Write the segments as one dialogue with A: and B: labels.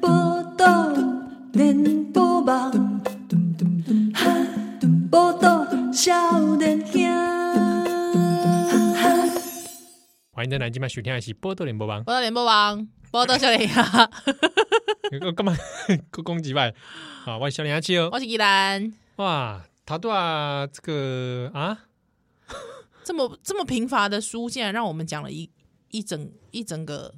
A: 报道连波网，报道少年兄。
B: 欢迎再来今晚收听的是《波多连播帮
C: 报道联播网，报道少年呀，》
B: 呃，干嘛 攻击外啊？我是小林阿七哦，
C: 我是依兰。
B: 哇，塔多啊，这个啊，
C: 这么这么贫乏的书，竟然让我们讲了一一整一整个，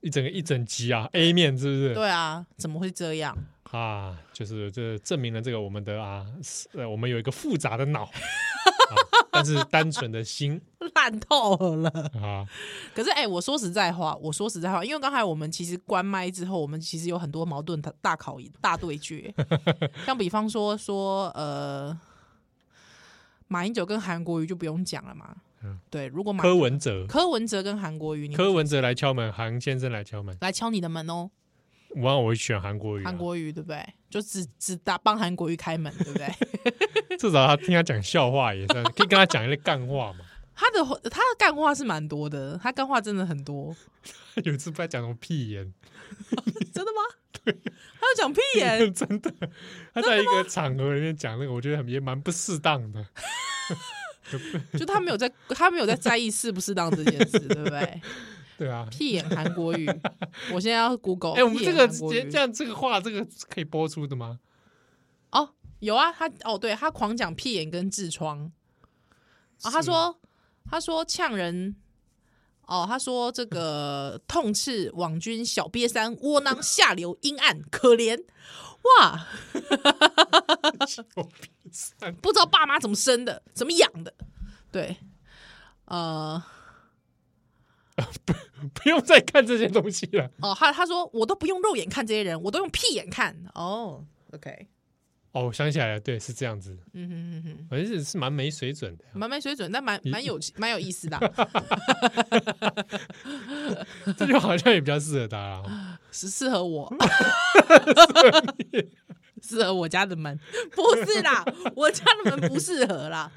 B: 一整个一整集啊，A 面是不是？
C: 对啊，怎么会这样？
B: 啊，就是这证明了这个我们的啊，是呃，我们有一个复杂的脑，啊、 但是单纯的心
C: 烂透了。
B: 啊，
C: 可是哎、我说实在话，我说实在话，因为刚才我们其实关麦之后，我们其实有很多矛盾大大考大对 决，像比方说说呃，马英九跟韩国瑜就不用讲了嘛。
B: 嗯
C: 对，如果马
B: 柯文哲，
C: 柯文哲跟韩国瑜，你
B: 柯文哲来敲门，韩先生来敲门，
C: 来敲你的门哦。
B: 我我会选韩国语、啊，
C: 韩国瑜对不对？就只只打帮韩国瑜开门，对 不对？
B: 至少他听他讲笑话也算，可以跟他讲一些干话嘛。
C: 他的他的干话是蛮多的，他干话真的 很多，
B: 有一次不知道讲什么屁眼，
C: 真的吗？对，他要讲屁眼，
B: 真的，他在一个场合里面讲那个，我觉得很也蛮不适当的。
C: 就他没有在他没有在在意适不适当这件事，对不对？
B: 对啊，
C: 屁眼韩国瑜，我现在要 Google
B: 哎、
C: 屁
B: 我
C: 眼韩
B: 们
C: 国
B: 这个
C: 瑜。
B: 直接这样这个话，这个是可以播出的吗？
C: 哦，有啊，他哦，对他狂讲屁眼跟痔疮啊、他
B: 是
C: 说他说呛人哦，他说这个痛斥网军小瘪三窝囊下流阴暗可怜哇，
B: 我比赛
C: 不知道爸妈怎么生的，怎么养的，对，呃。
B: 不用再看这些东西了。
C: 哦，他他说我都不用肉眼看这些人，我都用屁眼看。哦，OK，
B: 哦，我想起来了，对，是这样子，
C: 嗯哼哼哼
B: 反正是是蛮没水准的，
C: 哼，蛮没水准，但蛮蛮有蛮有意思的啊、
B: 这就好像也比较适合哦他啦。
C: 是适合我，适合我家的门，不是啦，我家的门不适合啦，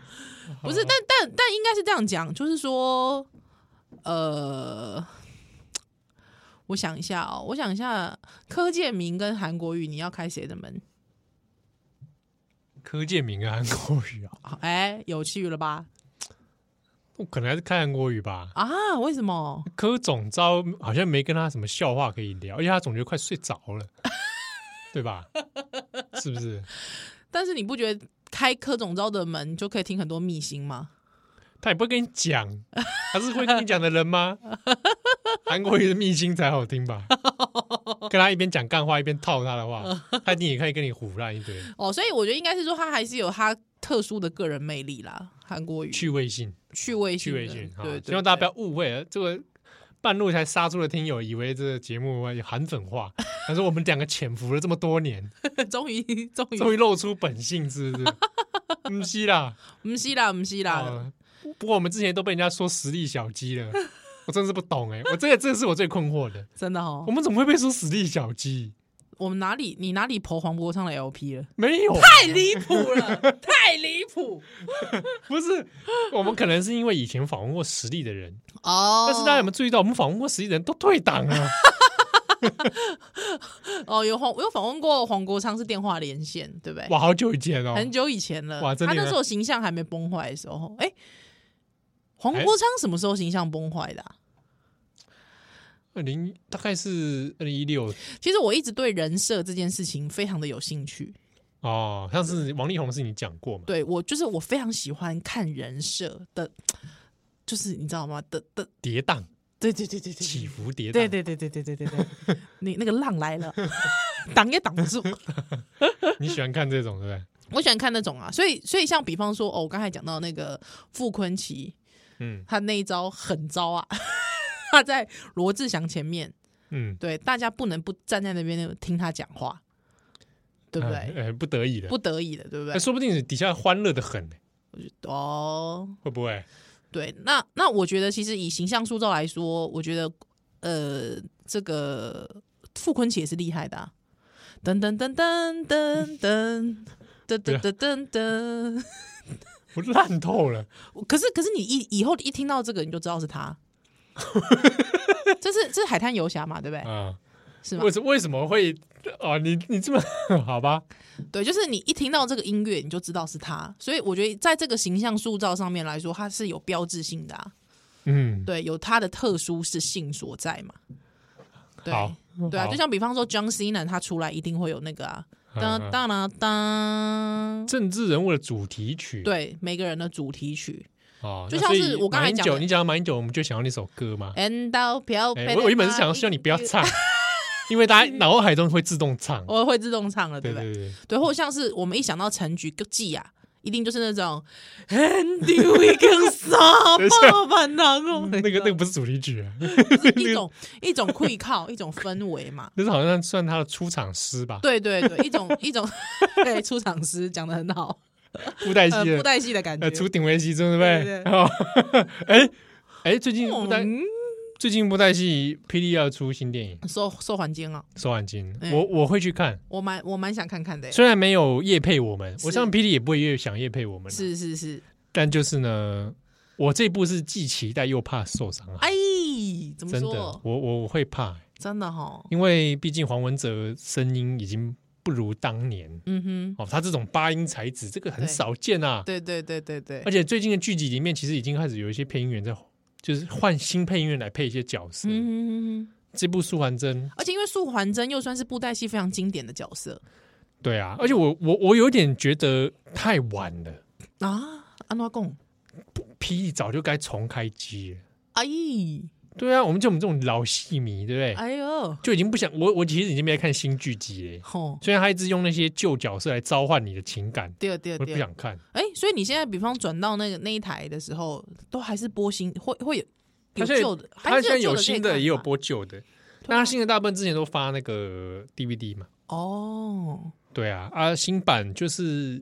C: 不是，但但但应该是这样讲，就是说，呃，我想一下哦，我想一下，柯建明跟韩国瑜，你要开谁的门？
B: 柯建明啊，韩国语啊，
C: 好哎，有趣了吧？
B: 我可能还是看韩国语吧。
C: 啊，为什么？
B: 柯总招好像没跟他什么笑话可以聊，而且他总觉得快睡着了，对吧？是不是？
C: 但是你不觉得开柯总招的门就可以听很多秘辛吗？
B: 他也不会跟你讲， 他是会跟你讲的人 吗？韩国语的秘辛才好听吧？跟他一边讲干话一边套他的话，他一定也可以跟你胡乱一堆，
C: 哦，所以我觉得应该是说他还是有他特殊的个人魅力啦，韩国语
B: 趣味性，
C: 趣味
B: 趣
C: 性的，
B: 味性。
C: 对
B: 哈，
C: 对，
B: 希望大家不
C: 对
B: 要误会，啊这个半路才杀出的听友以为这个节目有韩粉 化，他说我们两个潜伏了这么多年，
C: 终于终于，
B: 终于露出本性，是不是？ 不是啦，
C: 唔是啦，唔是啦，
B: 啊，不过我们之前都被人家说实力小鸡了，我真是不懂哎、我这个这个是我最困惑的，
C: 真的哦
B: 我，们怎么会被说实力小鸡？
C: 我们哪里你哪里婆黄国昌的 LP 了？
B: 没有，
C: 太离谱 了，太离谱
B: 不是，我们可能是因为以前访问过实力的人，
C: 哦！
B: 但是大家有没有注意到，我们访问过实力的人都退档啊 了？
C: 哦，有黄我有访问过黄国昌是电话连线，对不对？
B: 哇，好久以前哦，
C: 很久以前了，
B: 哇真
C: 他
B: 的有
C: 那
B: 人
C: 时候形象还没崩坏的时候，哎、黄
B: 哎
C: 国昌什么时候形象崩坏的啊、
B: 二零大概是二零一六
C: 其实我一直对人设这件事情非常的有兴趣，
B: 哦，上次王力宏的事你讲过嘛？
C: 对我就是我非常喜欢看人设的，就是你知道吗？的的，
B: 跌宕
C: 对对对对对，
B: 起伏跌宕，
C: 嗯对对对对对对对对， 你那个浪来了， 挡也挡不住。
B: 你喜欢看这种对不 对？
C: 我喜欢看那种啊，所以所以像比方说，哦，我刚才讲到那个傅坤奇，
B: 嗯
C: 他那一招很糟啊， 他在罗志祥前面，
B: 嗯，
C: 对大家不能不站在那边听他讲话，对不对？
B: 呃，不得已的，
C: 不得已的，对不
B: 哎
C: 对？
B: 说不定底下欢乐的很呢，
C: 哦，
B: 会不会？
C: 对，那那我觉得其实以形象塑造来说，我觉得呃，这个傅坤奇也是厉害的、啊。噔噔噔噔噔噔，噔噔噔噔噔。
B: 我烂透了。
C: 可是可是你一以后一听到这个，你就知道是他。这是这是海滩游侠嘛，对不对？
B: 啊！
C: 是吗
B: 为？什为什么会啊？你你这么 好吧？
C: 对，就是你一听到这个音乐，你就知道是他。所以我觉得在这个形象塑造上面来说，它是有标志性的、啊，
B: 嗯，
C: 对，有它的特殊是性所在嘛。对
B: 好
C: 对啊，
B: 好
C: 就像比方说 John Cena 他出来一定会有那个啊，当
B: 嗯嗯
C: 当当当，
B: 政治人物的主题曲，
C: 对，每个人的主题曲。
B: 啊，
C: 就
B: 那
C: 像
B: 所以
C: 是我刚才
B: 马英
C: 讲
B: 九
C: 的
B: 你讲到马英九，我们就想到那首歌嘛。
C: And 到飘飘
B: 哎，，我我原本是想要希望你不要唱， 因为大家脑海中会自动唱。
C: 我会自动唱哦了，对
B: 对
C: 不对？
B: 对对，
C: 对，或像是我们一想到陈菊就记啊，一定就是 那种 And we can 杀
B: 等一下嗯
C: 爸爸难哦，
B: 那个那个不是主题曲啊，
C: 就是一种一种愧靠，一种氛围嘛。
B: 那是好像算他的出场诗吧，
C: 对对对，一种一种 对出场诗讲的很好，
B: 布袋戏
C: 呃，
B: 的
C: 布袋戏的感觉
B: 呃，出顶维西真的呗
C: 对对。
B: 哦 哎哎，最近布袋
C: 嗯，
B: 最近布袋戏霹雳要出新电影《
C: 受受环境啊，
B: 手挽金
C: 哎》，
B: 我我会去看，
C: 我蛮我蛮想看看的耶。欸
B: 虽然没有夜配我们，
C: 是
B: 我像霹雳也不会越想夜配我们，
C: 是是是，
B: 但就是呢，我这部是既期待又怕受伤啊，
C: 哎，怎么
B: 真的
C: 说，？
B: 我我我会怕，
C: 真的哈，
B: 因为毕竟黄文哲声音已经不如当年
C: 嗯哼，
B: 哦，他这种八音才子，这个很
C: 对
B: 少见啊，
C: 对对对对对
B: 而，且最近的剧集里面，其实已经开始有一些配音员在，就是换新配音员来配一些角色。
C: 嗯哼哼哼。
B: 这部苏环真，
C: 而且因为素还真又算是布袋戏非常经典的角色
B: 对啊，而且我我我有点觉得太晚了，
C: 啊，安诺贡，
B: 霹雳早就该重开机了。
C: 哎
B: 对啊，我们就我们这种老戏迷，对不对？
C: 哎呦，
B: 就已经不想我我其实已经没在看新剧集嘞，
C: 吼，
B: 虽然他一直用那些旧角色来召唤你的情感，
C: 对对
B: 我也不
C: 对，
B: 想看。
C: 哎，所以你现在比方转到那个那一台的时候，都还是播新，会会有
B: 他
C: 有
B: 现在
C: 旧的，
B: 他
C: 还是
B: 现在有
C: 旧的可以
B: 新的，
C: 看
B: 也有
C: 吧
B: 播旧
C: 啊
B: 的，但他新的大部分之前都发那个 DVD 嘛。
C: 哦，
B: 对啊，啊，新版就是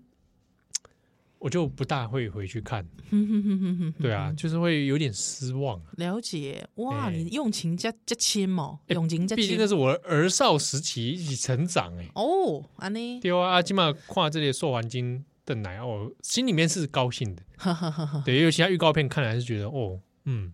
B: 我就不大会回去看，
C: 哼嗯哼哼哼嗯哼哼
B: 对啊，就是会有点失望啊。
C: 了解哇，
B: 哎
C: 你用情加加亲哦，
B: 哎
C: 用情加
B: 毕竟
C: 亲
B: 那是我儿少时期一起成长哎、欸，
C: 哦，安妮，
B: 对啊，啊，起码跨这里的受完金邓奶，哦，心里面是高兴的，
C: 哈哈哈哈，
B: 对，尤其他预告片看来还是觉得哦，嗯，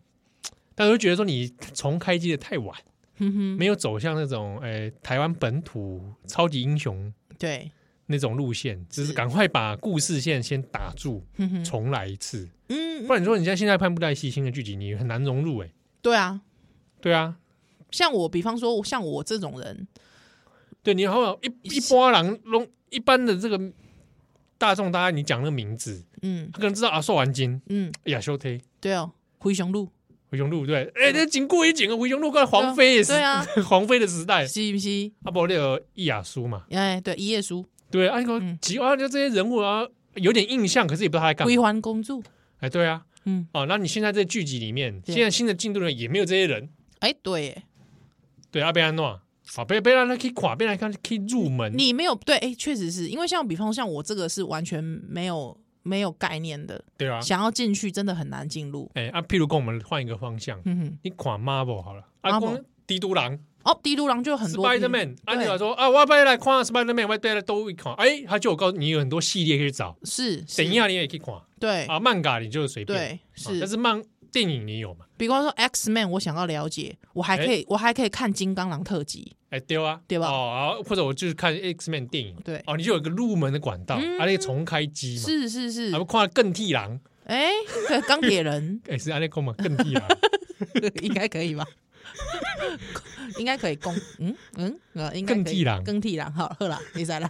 B: 但是会觉得说你重开机的太晚，
C: 哼哼，
B: 没有走向那种诶、呃台湾本土超级英雄
C: 对，
B: 那种路线，只是
C: 是
B: 赶快把故事线先打住，
C: 哼哼，
B: 重来一次。
C: 嗯，
B: 不然你说你像现在拍布袋戏新的剧集，你很难融入哎、
C: 对啊，
B: 对啊，
C: 像我比方说像我这种人，
B: 对你好像一一般人弄一般的这个大众，大家你讲那个名字，
C: 嗯
B: 他可能知道啊，瘦完金、
C: 嗯，
B: 亚修忒、
C: 对哦，灰熊路
B: 回雄路对不对，哎、那紧过一紧个回雄路跟黄飞也是
C: 嗯
B: 嗯
C: 对啊，
B: 黄飞的时代，
C: 是不是？
B: 阿伯那个易雅书嘛，
C: 哎，对，一页书，
B: 对啊，你说
C: 嗯
B: 奇怪，就这些人物啊，有点印象，可是也不知道他在干
C: 归
B: 嘛，
C: 还公主，
B: 哎，对啊。
C: 嗯，
B: 哦，那你现在这剧集里面，
C: 对
B: 现在新的进度呢也没有这些人，
C: 哎，对耶，
B: 对阿贝安哦诺，好，贝贝拉他可以垮，贝拉看可以入门，
C: 你没有对，哎，确实是因为像比方像我这个是完全没有没有概念的，
B: 对啊，
C: 想要进去真的很难进入。
B: 哎、啊，譬如跟我们换一个方向，
C: 嗯哼，
B: 你看 Marvel 好了，啊，
C: Marvel
B: 光帝都狼
C: 哦，帝都狼就有很多
B: Spider Man，
C: 对
B: 按理来说啊，我要不要来看 Spider Man，我对了都会看，哎、他就有告诉你有很多系列可以找，
C: 是是
B: 等一下你也可以看
C: 对
B: 啊，漫改你就随便，
C: 对
B: 啊但
C: 是，
B: 是漫电影你有嘛？
C: 比方说 X Man，我想要了解，我还可以我还可以看金刚狼特辑，
B: 哎、对啊，
C: 对吧
B: 哦，啊或者我就是看 X Man 电影，
C: 对，
B: 哦，你就有一个入门的管道，
C: 嗯
B: 啊，那个重开机嘛，
C: 是是是
B: 啊，，我看更替狼，
C: 哎，对， 钢铁人
B: 哎、是阿内克嘛，更替狼，
C: 应该可以吧？ 应该可以攻，嗯嗯，呃，应该
B: 更替人
C: 更替狼，好，好啦，你在啦，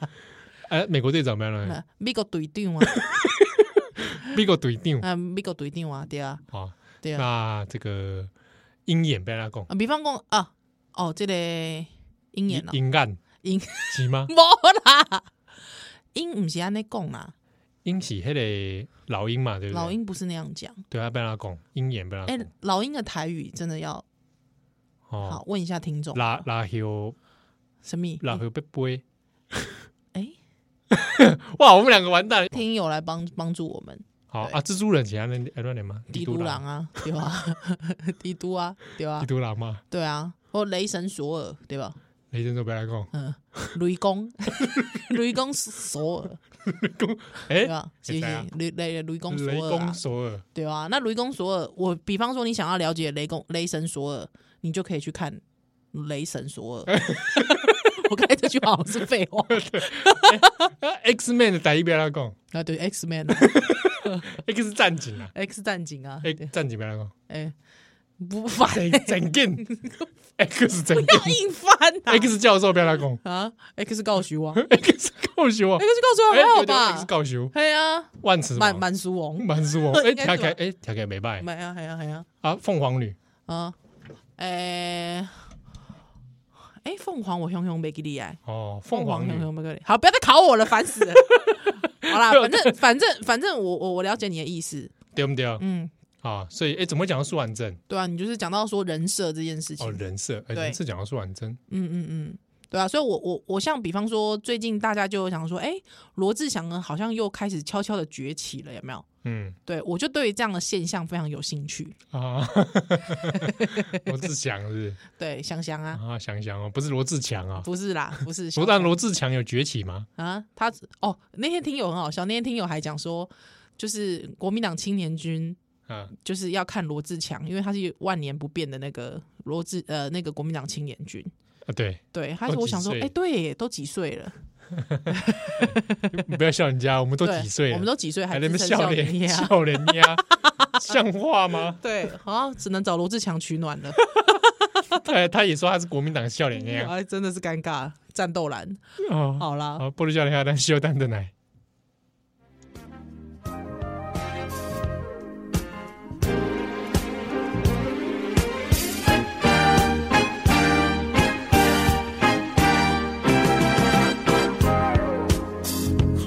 B: 哎、美国队长没有呢
C: 那美国队长啊，
B: 美国队长
C: 啊，美国队长啊，对啊，
B: 啊，
C: 对啊，
B: 那这个鹰眼被他讲。
C: 啊，比方讲啊，哦，这个鹰眼啊，
B: 阴暗
C: 鹰？
B: 是吗
C: 无啦，鹰唔是安尼讲啦，
B: 阴是迄个老鹰嘛，对不对？
C: 老鹰不是那样讲。
B: 对啊，被他讲鹰眼被他
C: 哎、
B: 讲
C: 老鹰的台语真的要好
B: 哦，
C: 问一下听众，
B: 拉拉休
C: 什么？
B: 拉休被背，
C: 哎、
B: 哇，我们两个完蛋了。
C: 听友来帮帮助我们，
B: 好
C: 对
B: 啊，蜘蛛人其他人哎乱点吗？
C: 帝都狼，啊，对吧？ 帝都啊，对吧
B: 帝？都狼嘛，
C: 对啊，或雷神索尔，对吧？
B: 雷神都被他讲，
C: 嗯，雷公，雷公索尔，
B: 公
C: 对
B: 哎，
C: 吧？谢
B: 谁
C: 谢
B: 啊
C: 雷雷雷公索
B: 雷
C: 尔啊
B: 公，索尔，
C: 对吧？那雷公索尔，我比方说你想要了解雷公雷神索尔，你就可以去看雷神 索尔。我刚才这句话好像是废话
B: 啊，X Man 的打一不要讲
C: 啊，对 X Man 啊
B: ，X 战警啊
C: X 战警啊，
B: ，X
C: 对
B: 战警不要讲
C: 哎，不烦 欸，
B: 整件 X 整
C: 不要
B: 件
C: 硬翻啊呐
B: X 教授不要讲
C: 啊！X 告 诉我
B: ，X 告诉我，
C: ，X 告诉我 还
B: 哎
C: 好
B: 有点，X
C: 吧？
B: 告诉我，
C: 嘿啊，
B: 万磁
C: 满
B: 王
C: 满叔王，
B: 满是 我，哎，
C: 应该
B: 条
C: 是吧
B: 开哎，条开没败
C: 买啊，嘿啊，嘿啊，
B: 啊，凤凰女
C: 啊，诶，诶，哎凤凰我熊熊没给你哎，
B: 哦，凤凰
C: 熊
B: 女
C: 熊没给你，好，不要再考我了，烦死 了。好啦，反
B: 啊
C: 正反正反正我我我了解你的意思，
B: 对不对啊？
C: 嗯，
B: 啊，所以哎，怎么会讲到苏婉珍？
C: 对啊，你就是讲到说人设这件事情
B: 哦，，人设，哎，
C: 对
B: 人设讲到苏婉珍，
C: 嗯嗯嗯，对啊，所以我我我像比方说，最近大家就想说，哎、罗志祥呢好像又开始悄悄的崛起了，有没有？
B: 嗯
C: 对我就对于这样的现象非常有兴趣。
B: 啊， 罗志祥是不是
C: 对，香香 啊，
B: 啊，想想哦，不是罗志强啊，
C: 不是啦， 不是
B: 不
C: 香
B: 但
C: 香
B: 罗志强有崛起吗？
C: 啊，他哦，那天听友很好笑，那天听友还讲说，就是国民党青年军。
B: 啊，
C: 就是要看罗志强，因为他是万年不变的那个罗志呃那个国民党青年军，
B: 啊对，
C: 对，他
B: 都
C: 我
B: 几
C: 想说，哎、
B: 岁
C: 对耶，都几岁了，
B: 你不要笑人家，我们都
C: 对
B: 几岁了，
C: 我们都几岁还
B: 还在那
C: 自
B: 边
C: 称
B: 笑
C: 少年
B: 脸
C: 呀，
B: 笑脸呀，像话吗？
C: 对，好、只能找罗志强取暖 了。
B: 他他也说他是国民党笑脸呀，
C: 哎，真的是尴尬，战斗蓝。
B: 啊，
C: 好啦，
B: 好，不如笑脸呀，但笑蛋的奶，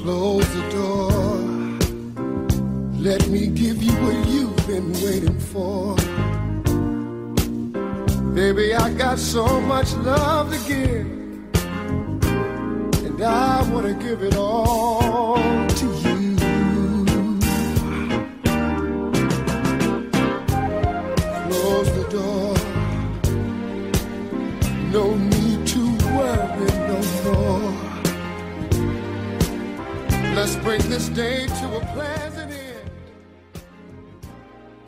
D: Close the door. Let me give you what you've been waiting for. Baby, I got so much love to give. And I want to give it all to you. Close the door. No need to worry no more. Let's bring this day to a pleasant end.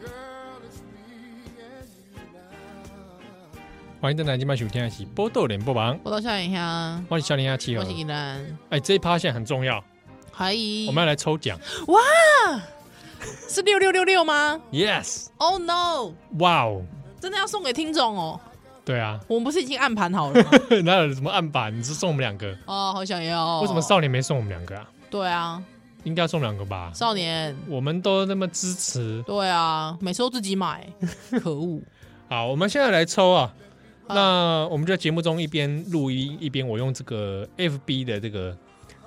D: Girl, it's me and you now.
B: 欢迎登来今晚收听的是《波豆脸不忙》，
C: 我到笑一下，
B: 欢迎笑脸呀，七
C: 我
B: 友
C: 是。依兰，
B: 哎，这一趴现在很重要，
C: 怀疑
B: 我们要来抽奖
C: 是六六六六吗
B: ，yes，
C: ？Oh no！
B: 哇哦，
C: 真的要送给听众哦，
B: 对啊，
C: 我们不是已经暗盘 好了吗？
B: 哪有什么案板？你是送我们两个，
C: 哦，好想要、哦。
B: 为什么？少年没送我们两个啊？
C: 对啊，
B: 应该送两个吧？
C: 少年，
B: 我们都那么支持，
C: 对啊，每次都自己买，可 恶。
B: 好，我们现在来抽啊。
C: 好
B: 那我们就在节目中一边录音一边我用这个 FB 的这个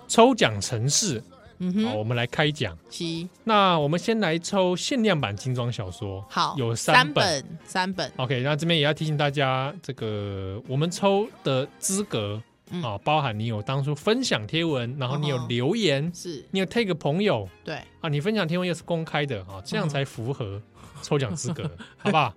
B: 抽奖程式，
C: 嗯
B: 好，
C: 哼，
B: 我们来开奖。
C: 七
B: 那我们先来抽限量版精装小说，
C: 好，
B: 有
C: 三
B: 三本。
C: 本，三本，
B: OK，那这边也要提醒大家，这个我们抽的资格
C: 嗯
B: 啊，包含你有当初分享贴文，然后你有
C: 嗯哼
B: 留言，
C: 是
B: 你有 take 朋友
C: 对。
B: 啊，你分享贴文又是公开的啊，这样才符合抽奖资 格，好不好？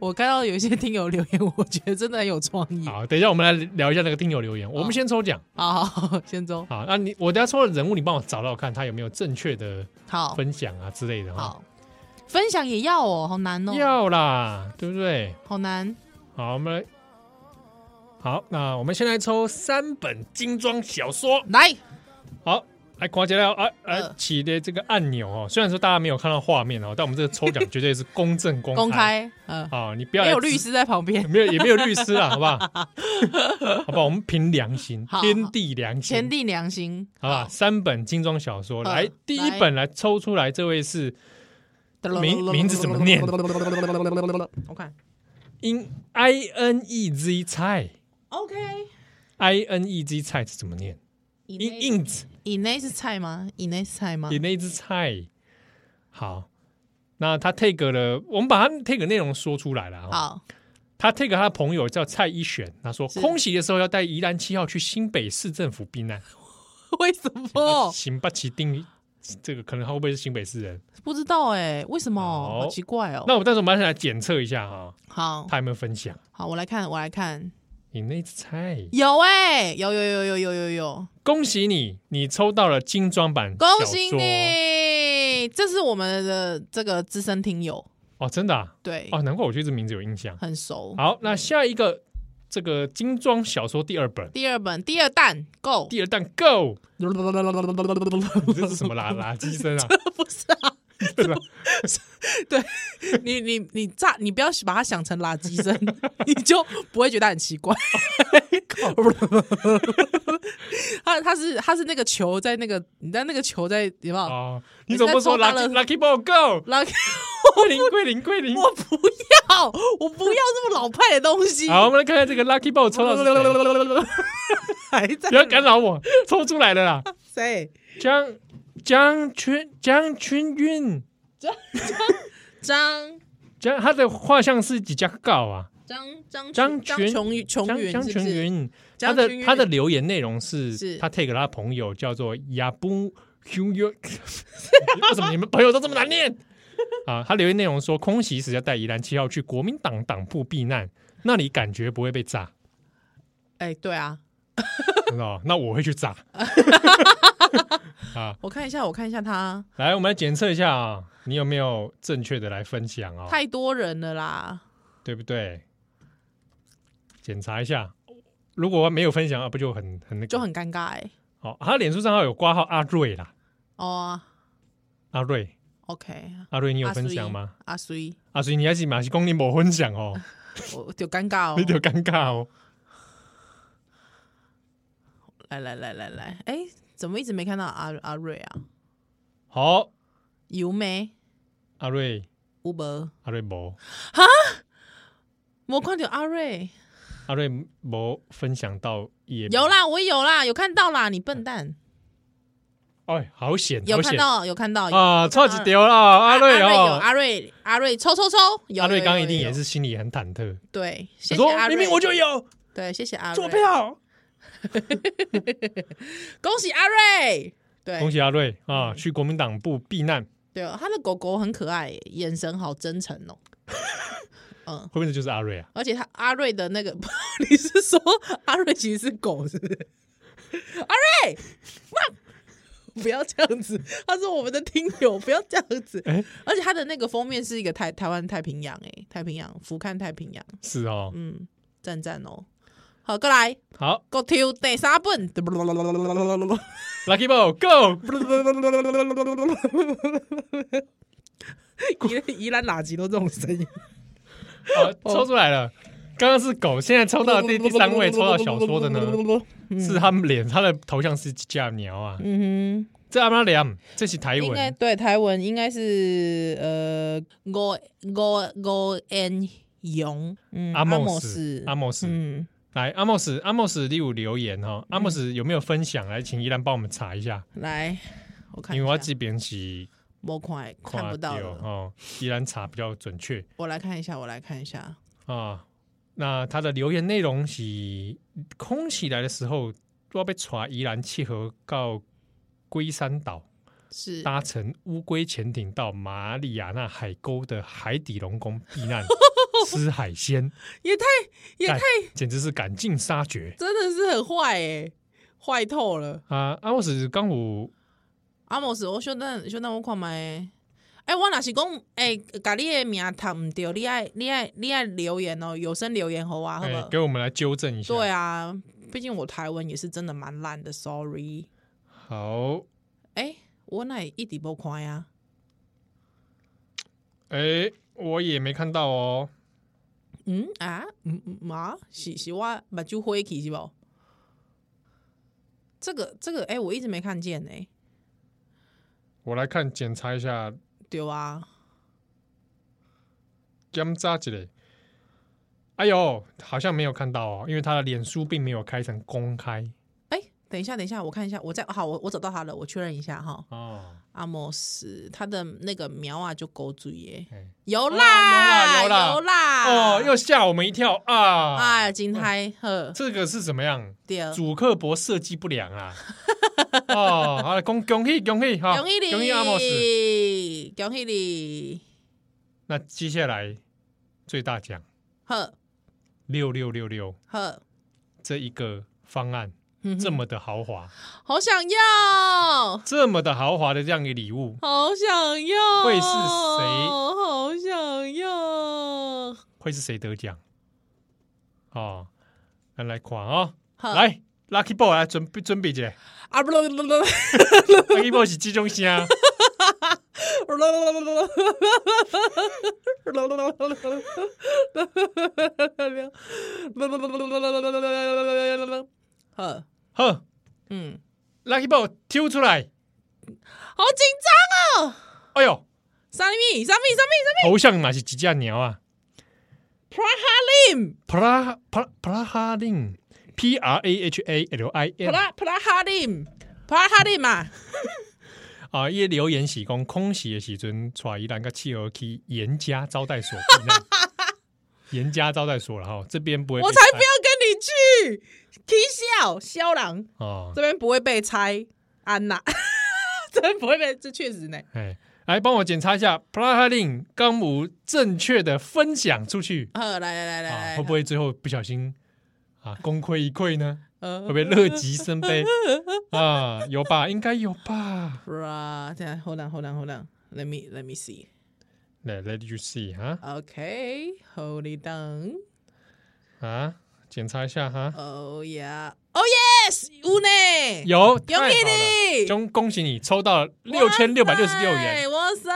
C: 我看到有一些听友留言，我觉得真的很有创意。
B: 好，等一下我们来聊一下那个听友留言。我们先抽奖
C: 好好好，先走。
B: 啊，那你我等一下抽的人物，你帮我找到看他有没有正确的
C: 好，
B: 分享啊之类的哈。
C: 好，分享也要哦，好难哦，
B: 要啦，对不对？
C: 好难。
B: 好，我们来，好，那我们先来抽三本精装小说。
C: 来，
B: 好，来狂杰了，哎哎
C: 呃，
B: 起的这个按钮哦，虽然说大家没有看到画面哦，但我们这个抽奖绝对是公正公
C: 公
B: 开
C: 开，嗯，
B: 啊，你不要
C: 没
B: 来
C: 有
B: 指
C: 律，师在旁边，
B: 没有也没有律师啦，好不 好？好不好？我们凭良心，
C: 好
B: 天地良心，
C: 天地良心，
B: 好吧，三本精装小说，
C: 呃
B: 来第一本来抽出来，这位是名名字怎么念
C: 我看
B: in i n e z 菜
C: ，OK，
B: i n e z 菜是怎么念？in in
C: 以内是菜吗？以内是菜吗
B: in 那只菜。好，那他 take 了，我们把他 take 内容说出来了啊。
C: 好，
B: 他 take 他的朋友叫蔡一选，他说
C: 是
B: 空袭的时候要带宜兰七号去新北市政府避难。呃
C: 为什么？
B: 行吧，其定这个可能他会不会是新北市人？
C: 不知道哎，为什么？
B: 好
C: 好奇怪哦。
B: 那我但是我们还是来检测一下啊，
C: 好
B: 他有没有分享？
C: 好，我来看，我来看，
B: 你那一只菜，
C: 有哎、有有有有有有有，
B: 恭喜你，你抽到了精装版小说，
C: 恭喜你！这是我们的这个资深听友，
B: 哦，真的啊，
C: 对，
B: 哦，难怪我对这名字有印象。
C: 很熟。
B: 好，那下一个这个精装小说第二本，
C: 第二本第二弹 Go，
B: 第二弹 Go，你这
C: 不
B: 是什么 垃垃圾声啊？
C: 是啊， 对你你你炸，你不要把它想成垃圾 声，你就不会觉得它很奇怪。它它是它是那个球在那个你在那个球在有没有
B: 哦，你怎么不说
C: 你在抽
B: Lucky
C: 到
B: Lucky Ball
C: 了
B: Go？
C: ？Lucky，
B: 桂林桂林桂林。
C: 我不要，我不要这么老派的东西。
B: 好，我们来看看这个 Lucky Ball 抽到是谁，
C: 还在
B: 不要干扰我，抽出来了啦！
C: 谁？
B: 江江群江群运
C: 张
B: 江，他的画像是几家告啊？
C: 张张
B: 张
C: 张
B: 群
C: 琼琼
B: 江
C: 云
B: 江
C: 是不
B: 群
C: 是？
B: 云，他
C: 江
B: 的
C: 群云
B: 他的留言内容是
C: 是
B: 他 take 了他朋友叫做亚布 Q U，为什么你们朋友都这么难念 啊？他留言内容说，空袭时要带宜兰七号去国民党党部避难，那里感觉不会被炸，
C: 哎，对啊，
B: 知道吗？那我会去炸啊！
C: 我看一下，我看一下他，
B: 来，我们来检测一下啊，你有没有正确的来分享啊？
C: 太多人了啦。
B: 对不对？检查一下，如果没有分享啊，不就很很那个？
C: 就很尴尬哎、
B: 好、他脸书账号有挂号阿瑞啦，
C: 哦
B: 阿瑞，
C: ，OK，
B: 阿瑞，你
C: 你
B: 有分享吗？？
C: 阿水，
B: 阿啊瑞，你还是马是公你没分享哦，
C: 我 就尴尬
B: 你就
C: 哦。
B: 尴尬哦。
C: 来来来来来，哎、怎么一直没看到阿阿瑞啊？
B: 好，
C: 有没？
B: 阿瑞，
C: 有无？
B: 阿瑞没，
C: 我看到阿瑞
B: 阿瑞没分享到也嗯
C: 有，啦，我有啦，有看到啦，你笨蛋，
B: 哎，好险，
C: 有
B: 好
C: 看
B: 险
C: 到有看到
B: 啊，错几丢了，阿瑞
C: 有
B: 哦，
C: 阿瑞阿瑞抽抽抽，有
B: 阿瑞刚刚一定
C: 有有
B: 也是心里很忐忑，
C: 对，谢
B: 他
C: 谢
B: 说
C: 阿瑞，
B: 明明我就有
C: 对，谢谢阿瑞，
B: 做票。
C: 恭喜阿瑞，对，
B: 恭喜阿瑞
C: 嗯
B: 啊，去国民党部避难，
C: 对哦，他的狗狗很可爱耶，眼神好真诚哦。
B: 会不会这就是阿瑞啊？
C: 而且他阿瑞的那个， 你是说阿瑞其实是狗是不是？阿瑞，哇，不要这样子，他是我们的听友，不要这样子。
B: 哎
C: 而且他的那个封面是一个台台湾太平洋、哎，太平洋俯瞰太平洋，
B: 是哦，
C: 嗯，赞赞哦。好，过来，
B: 好
C: 够抽第三 本，
B: ，Lucky Ball Go，
C: 宜宜兰哪集都这种声音。
B: 啊，抽出来了。刚刚是狗，现在抽到第第三位抽到小说的呢，是他们脸，他的头像是一只鸟啊。
C: 嗯哼，
B: 这阿妈脸，这是台
C: 应该嗯
B: 文，
C: 对台文应该是呃，go go go and 勇，嗯，
B: 阿莫
C: 莫
B: 斯
C: 斯，，
B: 阿莫斯。
C: 嗯，
B: 来，阿莫斯，阿莫斯，你有留言哈？阿莫斯有没有分享？来，请依兰帮我们查一下，
C: 来，我看一
B: 因
C: 下，
B: 为我这边是
C: 摸快看不到
B: 看到
C: 了，
B: 哦，依兰查比较准确。
C: 我来看一下，我来看一下，
B: 啊，那他的留言内容是空袭来的时候，都要被船宜兰契合到龟山岛，
C: 是
B: 搭乘乌龟潜艇到马里亚纳海沟的海底龙宫避 难，吃海鲜，
C: 也太也
B: 干
C: 太
B: 简直是赶尽杀绝
C: 真的是很坏哎，坏透了。
B: 啊！阿沃斯刚武
C: 阿莫斯，我小等小等我看麦。哎、我若是讲，哎、把你的名读唔对，你爱你爱你爱留言哦，有声留言好啊，好不
B: 哎
C: 好？
B: 给我们来纠正一下，
C: 对啊，毕竟我台文也是真的蛮烂的，sorry。
B: 好，
C: 哎、我那一直不看啊呀、
B: 哎，我也没看到哦，
C: 嗯啊，嗯嗯啊，是是我目睭灰起是不？这个这个，哎、我一直没看见哎、
B: 我来看检查一下
C: 对啊，
B: 检查一下。哎呦，好像没有看到哦，因为他的脸书并没有开成公开
C: 哎、等一下等一下，我看一下，我再好，我我找到他了，我确认一下哈。
B: 哦。
C: 阿莫斯他的那个苗啊就狗嘴耶
B: 哎，
C: 有啦
B: 哦有啦有啦
C: 有啦
B: 哦，又吓我们一跳啊！
C: 哎，金泰呵，
B: 这个是怎么样？
C: 对，
B: 主客博设计不良啊！ 哦，好了，恭恭喜恭喜哈，
C: 恭喜你，
B: 啊恭喜阿莫斯。
C: 恭喜你，
B: 那接下来最大奖
C: 呵
B: 六六六六
C: 呵，
B: 这一个方案
C: 嗯
B: 这么的豪华，
C: 好想要，
B: 这么的豪华的这样一个礼物，
C: 好想要，
B: 会是谁
C: 好想要，
B: 会是谁得奖？哦，来来看啊、
C: 好
B: 来 Lucky Boy 来准备准备一下
C: 啊不不不不。
B: ，Lucky Boy 是几种声？
C: 呵，
B: 呵
C: 嗯，
B: ，Lucky Boy 抽出来，
C: 好紧张哦！
B: 哎呦，
C: 三米，三米，三米，三米
B: 头像嘛是几只鸟啊
C: ，Praha Lim，
B: ？Pra Pra Praha Lin P R A H A L I N
C: Pra Praha Lim，Praha Lim 嘛，
B: 啊，伊留言是讲空袭的时阵，带伊兰个企鹅去严家招待所避难，严家招待所了哈，这边不会被
C: 我才
B: 拆，
C: 不要跟你去，k 笑肖郎
B: 哦
C: 这，边不会被拆，安娜， 这边不会被，这确实呢，
B: 哎，来帮我检查一下 p r a h a l i n 刚武正确的分享出去
C: 呃，来来来来
B: 啊，
C: 来，
B: 会不会最后不小心啊功亏一篑呢？
C: 呃
B: 会不会乐极生 悲啊？有吧，应该有吧。
C: Bruh, then 呃 hold on, hold on, hold on. Let me let me see.
B: 来，Let you see 哈
C: Okay, hold it down.
B: 啊，检查一下哈，
C: Oh yeah. Oh yes, 有呢，
B: 有，
C: 有
B: 太好了，
C: 给你
B: 恭恭喜你抽到六千六百六十六元。
C: 哇塞，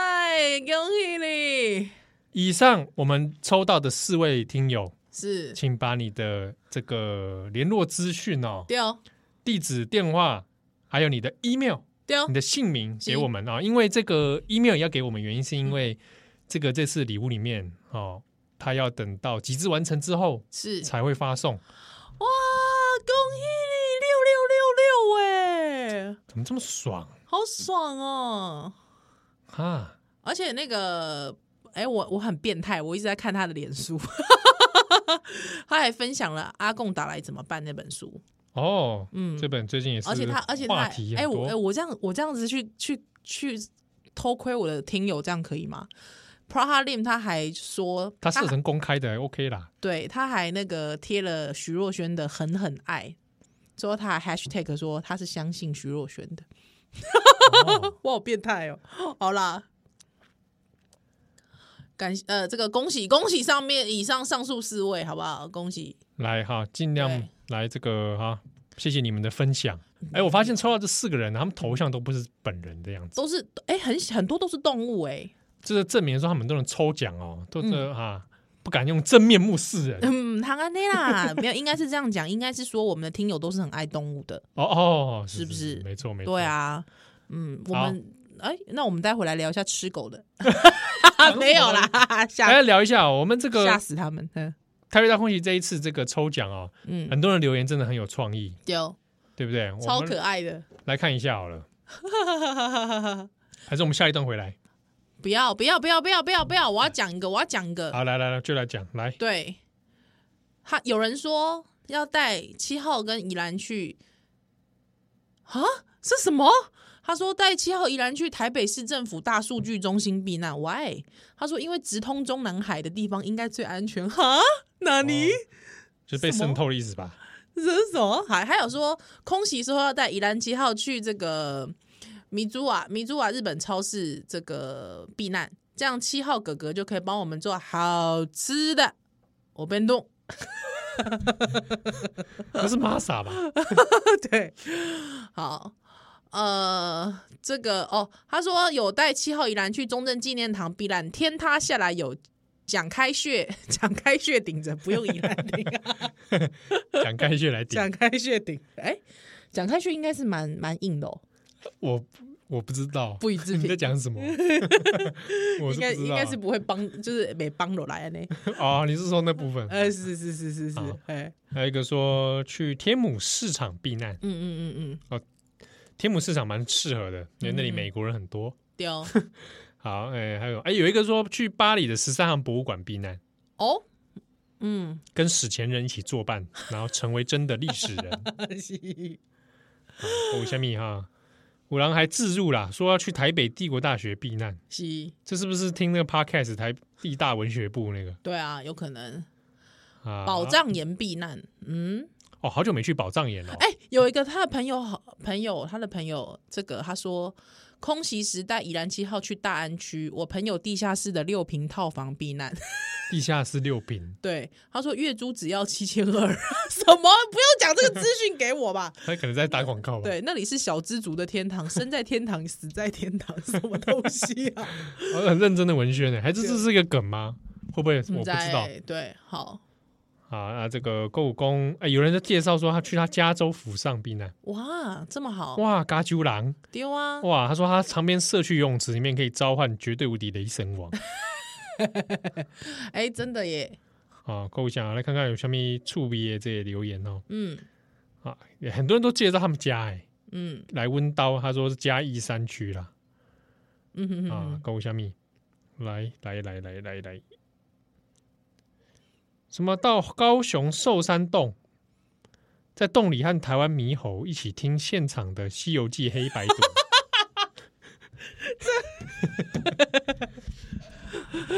C: 恭喜你！
B: 以上我们抽到的四位听友，
C: 是
B: 请把你的这个联络资讯哦、
C: 丢
B: 地址、电话，还有你的 email、
C: 丢
B: 你的姓名给我们啊、因为这个 email 要给我们，原因是因为这个这次礼物里面哦，它要等到集资完成之后
C: 是
B: 才会发送。
C: 哇，恭喜你六六六六哎，
B: 怎么这么爽
C: 好爽哦！
B: 啊？
C: 而且那个，哎、我我很变态，我一直在看他的脸书， 他还分享了《阿贡打来怎么办》那本书，
B: 哦，
C: 嗯
B: 这本最近也是，
C: 而且他而且他
B: 话
C: 还
B: 题
C: 哎、
B: 很
C: 我
B: 多
C: 哎、我这样我这样子去去去偷窥我的听友，这样可以吗？Praha Lim 他还说
B: 他设成公开的 OK 啦，
C: 对，他还那个贴了徐若瑄的《狠狠爱》，之后他还 hashtag 说他是相信徐若瑄的，
B: 哦
C: 我好变态哦！好啦，感呃，这个恭喜恭喜上面以上上述四位，好不好？恭喜！
B: 来哈，尽量
C: 对嗯
B: 来这个哈，谢谢你们的分享。哎，我发现抽到这四个人，他们头像都不是本人的样子，
C: 都是哎、很很多都是动物哎、
B: 这是证明说他们都能抽奖哦，都是啊，不敢用真面目示人。
C: 嗯，唐安内啦，没有，应该是这样讲，应该是说我们的听友都是很爱动物的，
B: 哦哦，
C: 是不是
B: 没错没错。
C: 对，啊，嗯，我
B: 好
C: 们哎，那我们待会来聊一下吃 狗的， 没有啦，
B: 来
C: 吓
B: 聊一下哦我们这
C: 吓
B: 个
C: 死他们，嗯
B: 台北大空袭这一次这个抽奖哦，
C: 嗯，
B: 很多人留言真的很有创意，
C: 丢，
B: 对不对？我们
C: 超可爱的，
B: 来看一下好了，还是我们下一段回来？
C: 不要不要不要不要不要不要，我要讲一个，我要讲一个，
B: 好，来来来，就来讲来。
C: 对，他有人说要带七号跟宜兰去，啊，是什么？他说带七号宜兰去台北市政府大数据中心避难，why？他说因为直通中南海的地方应该最安全，哈？哪里？
B: 哦就是被
C: 什么
B: 渗透的意思吧？
C: 这是什么？还还有说空袭说要带宜兰七号去这个米珠瓦米珠瓦日本超市这个避难，这样七号哥哥就可以帮我们做好吃的我变动。
B: 不是 Masa 吧？
C: 对，好，呃，这个哦，他说有带七号宜兰去中正纪念堂避难，天塌下来有蒋开穴， 蒋开穴顶着，不用宜兰顶、啊
B: 蒋开穴来顶，
C: 蒋开穴顶，哎，蒋开穴应该是蛮蛮硬的哦，
B: 我我不知道，
C: 不予 置
B: 你在
C: 评。
B: 讲 什么？我
C: 应该
B: 是不知
C: 应
B: 道啊
C: 该是不会帮，就是没帮罗来的呢。
B: 哦，你是说那部分？
C: 呃，是是是是是
B: 好，
C: 哎，
B: 还有一个说去天母市场避难，
C: 嗯嗯嗯嗯，
B: 天母市场蛮适合的，因为那里
C: 嗯
B: 美国人很多。
C: 对哦，
B: 好，哎，还有哎，有一个说去巴黎的十三行博物馆避难，
C: 哦，嗯，
B: 跟史前人一起作伴，然后成为真的历史人。
C: 是
B: 哦，虾米哈，五郎还自入啦，说要去台北帝国大学避难，
C: 是，
B: 这是不是听那个 podcast 台地大文学部那个
C: 对啊，有可能
B: 啊？
C: 保障岩避难，嗯，
B: 哦，好久没去宝藏岩了、哦。
C: 哎、有一个他的朋友，好朋友，他的朋友，这个他说，空袭时代宜兰七号去大安区，我朋友地下室的六平套房避难。
B: 地下室六饼，
C: 对，他说月租只要七千二， 什么？不用讲这个资讯给我吧。
B: 他可能在打广告吧。
C: 对，那里是小知足的天堂，生在天堂，死在天堂，什么东西 啊？
B: 哦，很认真的文宣呢，还是这是一个梗吗？会不会我不知道
C: 在对，好
B: 啊啊！这个购物宫，哎，有人在介绍说他去他加州府上避难，
C: 哇，这么好
B: 哇，嘎啾狼，
C: 丢啊！
B: 哇，他说他旁边社区游泳池里面可以召唤绝对无敌雷神王
C: 哎，真的耶，
B: 啊！购物箱啊来看看有什么触鼻的这些留言哦
C: 嗯
B: 啊，也很多人都介绍他们家哎，
C: 嗯
B: 来温刀，他说是嘉义山区啦，
C: 嗯哼哼
B: 啊
C: 哼，，
B: 购物虾米，来来来来来来，什么到高雄寿山洞，在洞里和台湾猕猴一起听现场的《西游记》黑白读，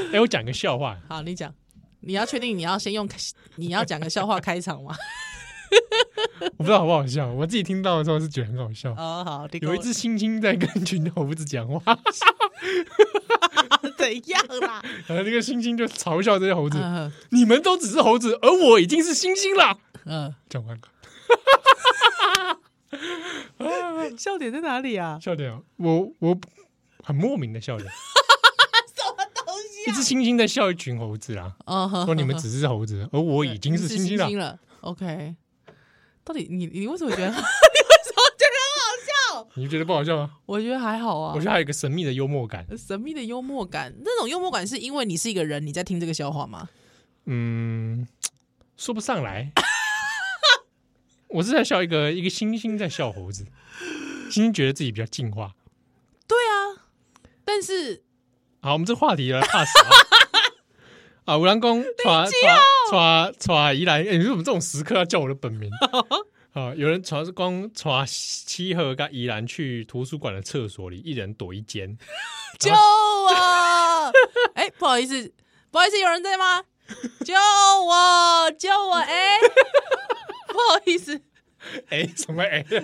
B: 哎、我讲个笑话，
C: 好，你讲，你要确定你要先用你要讲个笑话开场吗？
B: 我不知道好不好笑，我自己听到的时候是觉得很好笑。
C: 哦，好，你给
B: 有
C: 我
B: 一只猩猩在跟群猴子讲 话，
C: 怎样啦？
B: 然后呃那个猩猩就嘲笑这些猴子：“
C: 嗯
B: 你们都只是猴子，而我已经是猩猩啦。”
C: 嗯，
B: 讲完了。
C: 笑点在哪里啊？
B: 笑点啊，我我很莫名的笑 点，
C: 东西
B: 一只猩猩在笑一群猴子啊，
C: 啊！哦
B: 说你们只是猴子，啊而我已经是猩
C: 星
B: 猩了。
C: 了。OK，到底你你为什么觉得 你为什么觉得很好笑？
B: 你觉得不好笑吗？
C: 我觉得还好啊，
B: 我觉得还有一个神秘的幽默感，
C: 神秘的幽默感，那种幽默感是因为你是一个人，你在听这个笑话吗？
B: 嗯，说不上 来。我是在笑一个一个猩猩在笑猴子，猩猩觉得自己比较进化。
C: 但是
B: 好，我们这话题来 pass 啊。啊，五郎公，传传传宜兰，哎、你说我们这种时刻要叫我的本名 啊？有人传光传七和跟宜兰去图书馆的厕所里，一人躲一 间，
C: 救我！哎、不好意思，不好意思，有人在吗？救我！救我！哎、不好意思，
B: 哎、什么 哎、我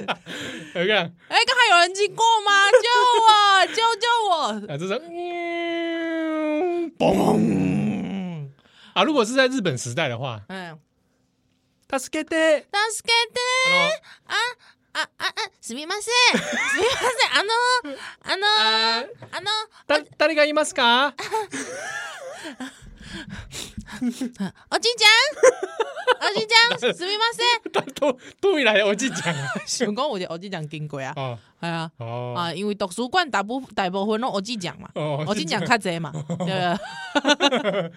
B: 看
C: 哎、刚才有人经过吗？救我！救救我！
B: 啊，这是嗯嘣啊！如果是在日本时代的话，
C: 嗯，
B: 他是给的，
C: 大スケでああああすみません、すみません、あのあの
B: 呃
C: あの
B: 大誰がいます か？哦
C: おじいちゃん、おじい ちゃん、すみませ
B: 他都都未来的我自己讲啊
C: ん。想讲我的我じいちゃん经过啊，
B: 哦
C: 系啊。
B: 哦
C: 啊，因为图书馆大部大部分拢学记讲嘛，
B: 哦
C: 学记讲较济嘛，对不对？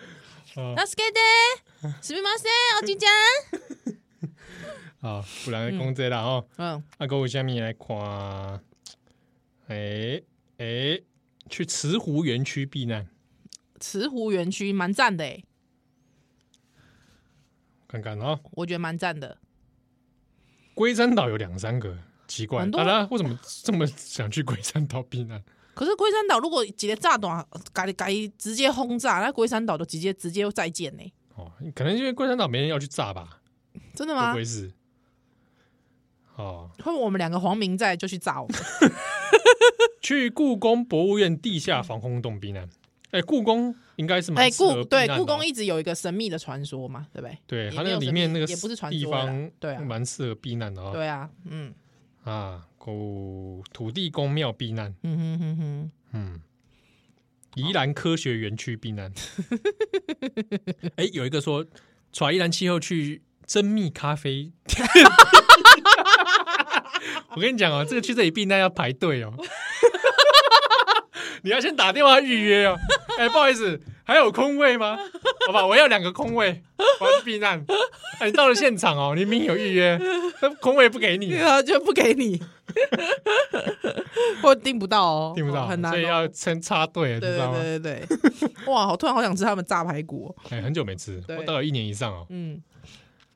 B: 哦
C: 那 s k a t すみません，学记讲。
B: 啊，不然讲这啦哦。
C: 嗯，
B: 啊，哥，有下面来看，诶、诶、哎去慈湖园区避难，
C: 慈湖园区蛮赞的欸诶，
B: 看看哦。
C: 我觉得蛮赞的。
B: 龟山岛有两三个，奇怪，啊
C: 蛮多
B: 大家为什么这么想去龟山岛避难？
C: 可是龟山岛如果几个炸弹，改改直接轰炸，那龟山岛就直接直接再见呢？
B: 哦，可能因为龟山岛没人要去炸吧，
C: 真的
B: 会
C: 吗
B: 不？会是？哦，
C: 会不会我们两个黄明在就去炸我们？
B: 去故宫博物院地下防空洞避难。哎、故宫应该是蛮
C: 哎，
B: 适合
C: 故对
B: 避难的哦
C: 故宫一直有一个神秘的传说嘛，对不对？
B: 对
C: 也
B: 它
C: 没
B: 那个
C: 有
B: 里
C: 神
B: 面
C: 秘
B: 那个
C: 也不是传
B: 地
C: 说啦
B: 方，
C: 对啊，
B: 蛮适合避难的哦。
C: 对啊，嗯
B: 啊，古土地公庙避难，
C: 嗯哼哼哼，
B: 嗯，宜兰科学园区避难。哎、有一个说，耍宜兰气候去珍蜜咖啡。 我跟你讲哦，这个去这里避难要排队哦， 你要先打电话预约哦。哎、不好意思，还有空位吗？好吧，我要两个空位，我要去避难。哎、你到了现场哦，你明明有预约，那空位不给你
C: 对。啊，就不给你， 或订不到哦，
B: 听不到，
C: 哦很难哦，
B: 所以要先插队，你
C: 对
B: 知道吗？
C: 对对对对，哇，好突然好想吃他们炸排骨哦，
B: 哎，很久没吃，
C: 对
B: 我大概有一年以上哦。
C: 嗯，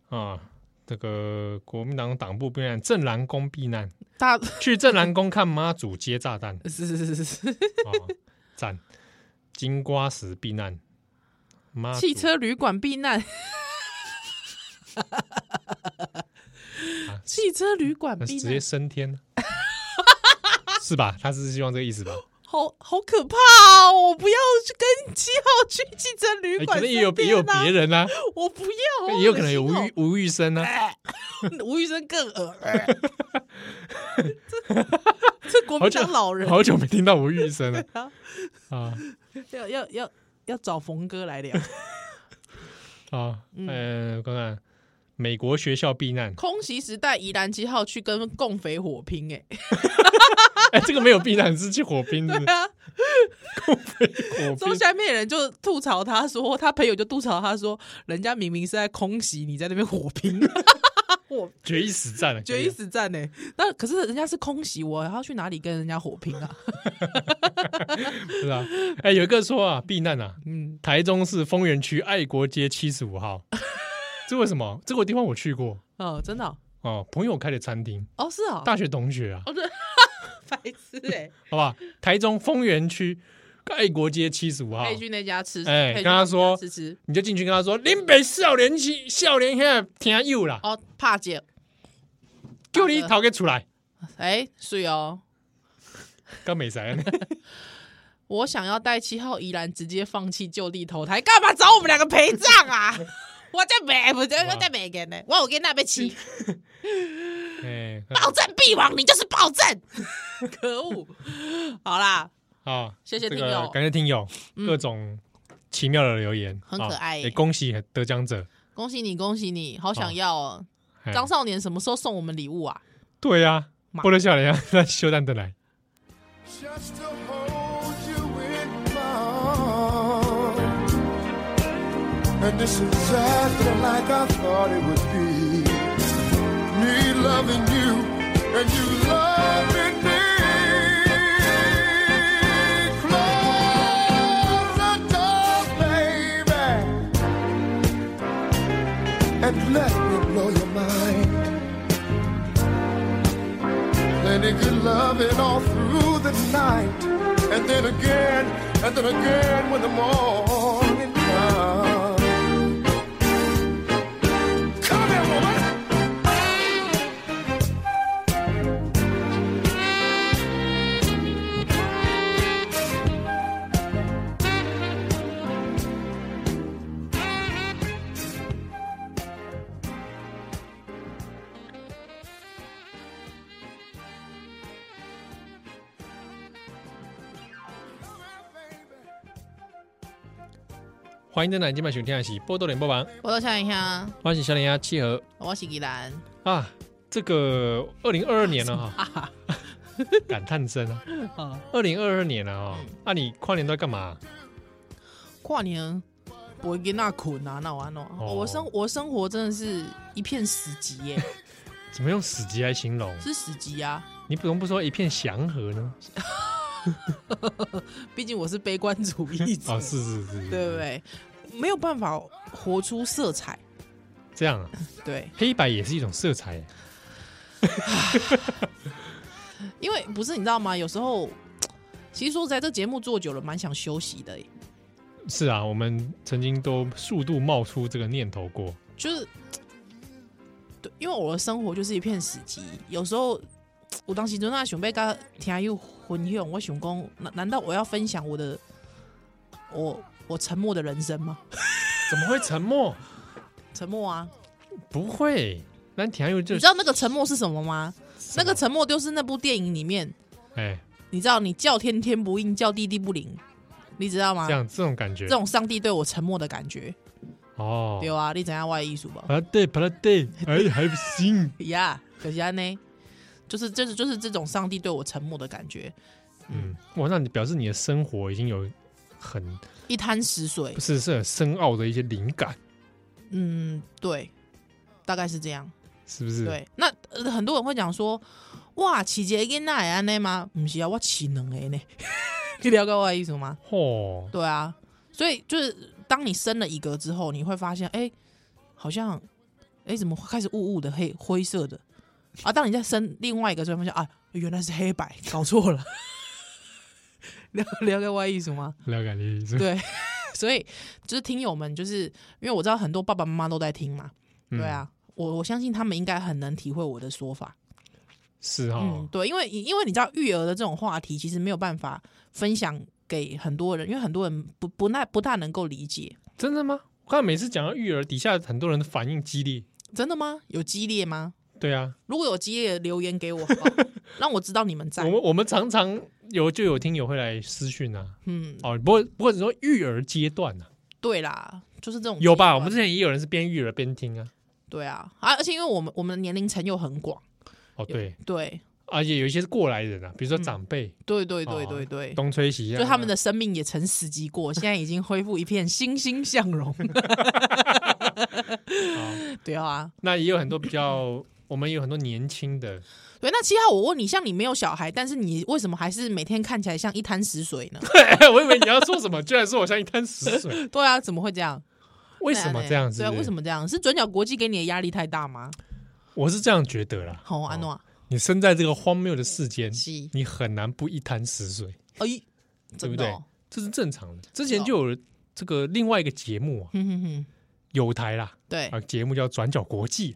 B: 啊，这个国民党党部避难，正南宫避难，
C: 大
B: 去正南宫看妈祖接炸弹
C: 是是是是是，
B: 啊，赞！金瓜石避难，妈祖
C: 汽车旅馆避难，汽车旅馆
B: 那
C: 避
B: 啊直
C: 难
B: 接，升 天，是吧？他是希望这个意思吧？
C: 好好可怕哦！我不要去跟七号去汽车旅
B: 哎
C: 馆、
B: 可能也有也有别，人啊，
C: 我不要、
B: 也有可能有吴
C: 好恶哦
B: 玉吴玉生啊。
C: 心哦 吴宇森更恶。 这这国
B: 好
C: 民
B: 久
C: 党老人
B: 好久没听到吴玉生了
C: 啊
B: 啊
C: 要要要要找冯哥来聊
B: 啊！
C: 嗯
B: 呃，我看看美国学校避难，
C: 空袭时代宜兰七号去跟共匪火拼、欸，哎，
B: 哎，这个没有避难是去火拼的，
C: 对 啊，
B: 火
C: 中
B: 拼
C: 下面人就吐槽他说，他朋友就吐槽他说，人家明明是在空袭，你在那边火拼，火
B: 决一死战了，啊
C: 决一死战呢、 那可是人家是空袭，我还要去哪里跟人家火拼啊？
B: 是啊。哎，有一个说啊，避难啊，
C: 嗯，
B: 台中市丰原区爱国街七十五号， 这为什么？这个地方我去过
C: 哦，真的哦，
B: 哦，朋友开的餐厅，
C: 哦是哦，
B: 大学同学啊，
C: 哦对，白痴哎、
B: 好吧？台中丰原区爱国街七十五号
C: 可，以去那家吃，
B: 哎
C: 可以去
B: 跟他
C: 那家
B: 说
C: 吃吃
B: 你就进去跟他说，林北少年期少年遐听友啦，
C: 哦，帕姐，
B: 叫你头家出来，
C: 哎、是哦。
B: 刚没啊啥 呢。
C: 我想要带七号宜兰直接放弃就地投胎，干嘛找我们两个陪葬 啊？我在美，我在
B: 哇
C: 我在美国呢，我有跟那边骑，
B: 哎，
C: 保证必亡，你就是 保证。可恶！好啦，
B: 好，
C: 谢谢
B: 这
C: 听
B: 个
C: 友，嗯
B: 感谢听友各种奇妙的留言，
C: 很可
B: 啊
C: 爱
B: 也恭喜得奖者。
C: 恭喜你，恭喜你，好想要哦！
B: 哎
C: 张少年什么时候送我们礼物啊？
B: 对呀，
C: 妈
B: 波多少年啊，那修蛋的来，
D: Just to hold you in my arms. And it's exactly like I thought it would be. Me loving you and you loving me. Close the door, baby. And let me blow your mind plenty good loving all through the night. And then again, and then again when the morning comes. Come here, woman! Come here, baby!
B: 欢迎登来今晚收听的是波多连播王，
C: 我都想一下，
B: 欢喜小年啊，契合
C: 我是宜兰，
B: 啊，这个二零二二年了哈， 感叹声啊，
C: 啊，
B: 二零二二年了啊，那你跨年都在干嘛？
C: 跨年我跟那捆啊，那玩哦，
B: 哦
C: 我生我生活真的是一片死寂耶，
B: 怎么用死寂来形容？
C: 是死寂啊！
B: 你怎么不说一片祥和呢？
C: 毕竟我是悲观主义者，
B: 哦，是是是，是
C: 对不，对？没有办法活出色彩，
B: 这样啊，
C: 对，
B: 黑白也是一种色彩，
C: 因为不是你知道吗？有时候，其实说实在这节目做久了，蛮想休息的耶，
B: 是啊，我们曾经都数度冒出这个念头过，
C: 就是，对，因为我的生活就是一片死寂，有时候。我当时就那想被他听又混用，我想讲，难难道我要分享我的我我沉默的人生吗？
B: 怎么会沉 默？
C: 沉默啊，
B: 不会，那田佑就
C: 你知道那个沉默是什么吗？那个沉默就是那部电影里面
B: 哎，
C: 你知道，你叫天天不应，叫地地不灵，你知道吗？
B: 这样这种感觉
C: 这种上帝对我沉默的感觉，
B: 哦
C: 对。啊，你怎样外 艺术吧？
B: 啊对，巴拉对， 哎还不行，
C: 呀，可惜安啊呢，就是就是就是这种上帝对我沉默的感觉，
B: 嗯，哇，那你表示你的生活已经有很
C: 一滩死水
B: 不。是是很深奥的一些灵感，
C: 嗯，对，大概是这样。
B: 是不是？，
C: 对，那、呃很多人会讲说，哇，起节跟那安呢吗？不是啊，我起能哎呢， 你了解我的意思吗？
B: 哦，
C: 对啊，所以就是当你升了一格之后，你会发现，哎、好像，哎、怎么开始雾雾的黑灰色的啊？当你再升另外一个之后，发现啊，原来是黑白，搞错了。 了了解我的意思吗？
B: 了解你的意思。
C: 对， 所以就是听友们，就是因为我知道很多爸爸妈妈都在听嘛，对啊，我我相信他们应该很能体会我的说法。
B: 是哈、
C: 嗯，对，因为因为你知道育儿的这种话题，其实没有办法分享给很多人，因为很多人不不那不大能够理解。
B: 真的吗？我看每次讲到育儿，底下很多人的反应激烈。
C: 真的吗？有激烈吗？
B: 对啊，
C: 如果有激烈，留言给我好不好让我知道你们
B: 我
C: 在
B: 们。我们常常有就有听友会来私讯啊，
C: 嗯，
B: 哦，不过不过你说育儿阶段呢、啊，
C: 对啦，就是这种
B: 有吧？
C: 阶段
B: 我们之前也有人是边育儿边听啊，
C: 对啊啊，而且因为我们我们的年龄层又很广，
B: 哦对，
C: 对
B: 而且有一些是过来人啊，比如说长辈、
C: 对对对
B: 哦
C: 对嗯对，
B: 东吹西啊，
C: 就他们的生命也曾死寂过，现在已经恢复一片欣欣向 荣。
B: 哦
C: 对啊，
B: 那也有很多比较，我们也有很多年轻的，
C: 对，那七号，我问你，像你没有小孩，但是你为什么还是每天看起来像一滩死水 呢？
B: 我以为你要说什么，居然说我像一滩死水，
C: 对啊，怎么会这样？
B: 为什么这样子？
C: 对啊，为什
B: 么？
C: 么这样？是转角国际给你的压力太大吗？
B: 我是这样觉得啦。
C: 好、安诺，啊
B: 你生在这个荒谬的世间，
C: 是
B: 你很难不一滩死水，
C: 哎，
B: 对
C: 真
B: 不
C: 的
B: 对
C: 哦，？
B: 这是正常的。之前就有这个另外一个节目啊，
C: 哼哼哼，
B: 有台啦
C: 对，
B: 啊，节目叫《转角国际》，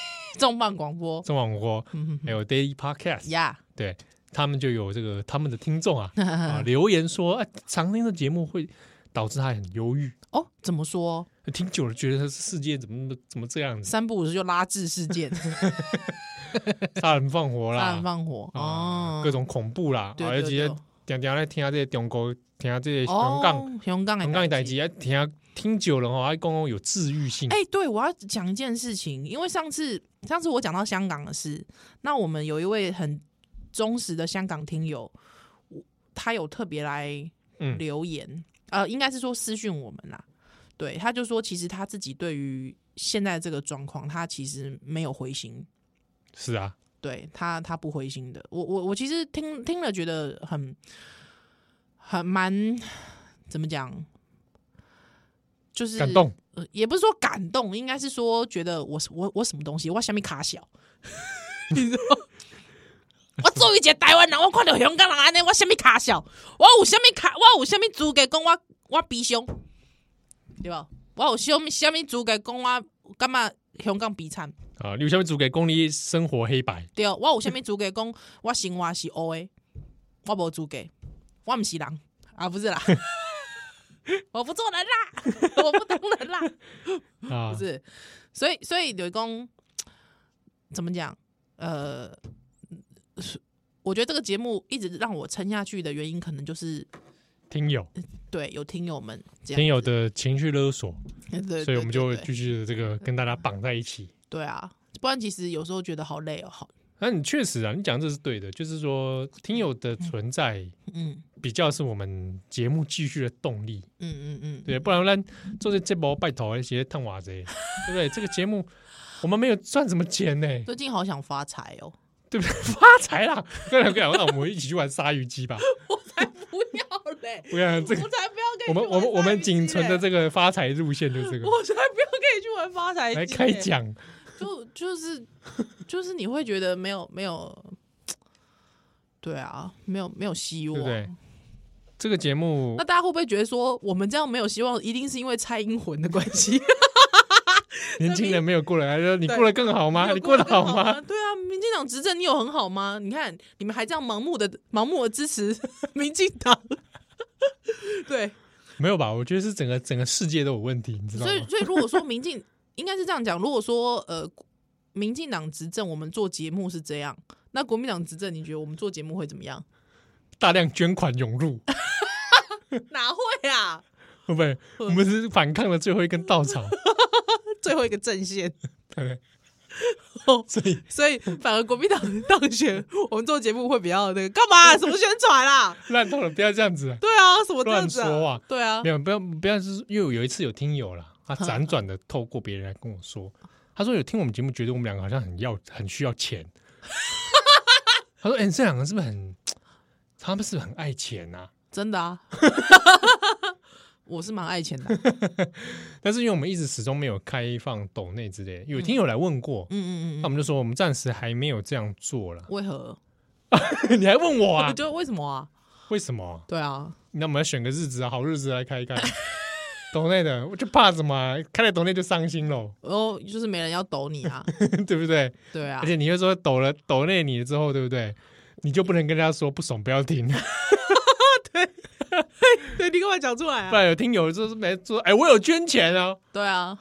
C: 重磅广播，
B: 中网国
C: 嗯哼哼
B: 还有 Daily Podcast，
C: 呀，
B: 对他们就有这个他们的听众啊
C: 嗯
B: 啊留言说，啊，常听的节目会导致他很忧郁，
C: 哦，怎么说？
B: 听久了觉得世界怎么怎么这样子，
C: 三不五时就拉致事 件，
B: 杀人放火
C: 杀人
B: 啦，
C: 放火
B: 啊
C: 哦，，
B: 各种恐怖啦，啊
C: 对
B: 而
C: 对
B: 且
C: 对
B: 常常来听这些中国，听这些香港。
C: 哦香港的
B: 刚刚代
C: 代志
B: 志啊，听听久了哦，还讲哦有治愈性。
C: 哎、对，我要讲一件事情，因为上次上次我讲到香港的事，那我们有一位很忠实的香港听友，我他有特别来
B: 嗯
C: 留言，呃，应该是说私讯我们啦。对，他就说其实他自己对于现在这个状况，他其实没有灰心，
B: 是啊，
C: 对他他不灰心的。我我我其实听听了觉得很很蛮怎么讲，就是
B: 感动。
C: 呃，也不是说感动，应该是说觉得我我我什么东西，我下面卡小，你说我作为一个台湾人，我看到香港人安尼，我下面卡小，我有下面卡，我有下面资格讲我我悲伤，对吧？我有下面下面资格讲我干嘛香港悲惨，
B: 啊，刘小妹主给公立生活黑白，
C: 对，我有下面资格讲我生活是黑的，我无资格，我唔是人啊，不是啦， 我不做人啦， 我不当人啦。
B: 啊，
C: 不是，所以所以刘公怎么讲？呃，我觉得这个节目一直让我撑下去的原因，可能就是
B: 听友
C: 对有听友们这样，
B: 听友的情绪勒索，
C: 对对
B: 所以我们
C: 对
B: 就会
C: 对
B: 继续地这个跟大家绑在一起。
C: 对啊，不然其实有时候觉得好累哦，好
B: 那你确实啊，你讲这是对的，就是说听友的存在
C: 嗯
B: 比较是我们节目继续的动力，
C: 嗯嗯嗯，
B: 对，不然咱做这这波拜托那些烫瓦贼，对不对？这个节目我们没有赚什么钱呢，
C: 最近好想发财哦，
B: 对 不对？发财啦！对不对？那我们一起去玩鲨鱼机吧。
C: 我才不要嘞，
B: 我想这个
C: 我才不
B: 我
C: 要跟
B: 们我们我们仅存的这个发财路线就是这个，
C: 我才不要跟你去玩发财，
B: 来开奖。
C: 就就是就是你会觉得没有没有，对啊，没有没有希望。
B: 对不对？这个节目
C: 那大家会不会觉得说我们这样没有希望，一定是因为蔡英文的关 系？
B: 年轻人没有过来，说你
C: 对
B: 过得更好啊吗？你过得好吗？？
C: 对啊，民进党执政你有很好吗？你看你们还这样盲目的盲目的支持 民进党， 对，
B: 没有吧？我觉得是整个整个世界都有问题，你知道
C: 所以
B: 吗？
C: 所以如果说民进应该是这样讲，如果说呃民进党执政，我们做节目是这样，那国民党执政，你觉得我们做节目会怎么样？
B: 大量捐款涌入，
C: 哪会啊？
B: 会不 会？我们是反抗的最后一根稻草，
C: 最后一个阵线，
B: 对不
C: 哦
B: 对？所以
C: 所以反而国民党当选，我们做节目会比较那个干 嘛、什么宣传啦？
B: 烂透了，不要这样子啊！
C: 对啊，什么这样子、
B: 乱说话
C: 对啊
B: 没，有，不要不要，是因为有一次有听友啦，他辗转的透过别人来跟我说，他说有听我们节目，觉得我们两个好像很要很需要钱。 他说：“哎、这两个是不是很？他们是不是很爱钱啊？
C: 真的啊， 我是蛮爱钱的。啊
B: 但是因为我们一直始终没有开放抖内之类的，有听友来问过，
C: 嗯嗯嗯
B: 那我们就说我们暂时还没有这样做了
C: 嗯，。为何？
B: 你还问我
C: 我
B: 啊？
C: 觉得为什么啊？
B: 为什么？
C: 对啊，
B: 那我们要选个日子啊，好日子来开干。抖内的，我就怕什么啊？开了抖内就伤心喽，
C: 哦，就是没人要抖你啊，
B: 对不对？
C: 对啊
B: 而，且你又说抖了抖内你了之后，对不对？你就不能跟大家说不爽不要听，
C: 对你干嘛讲出来啊
B: 不？然有听友就是没说，哎，我有捐钱啊，
C: 对啊，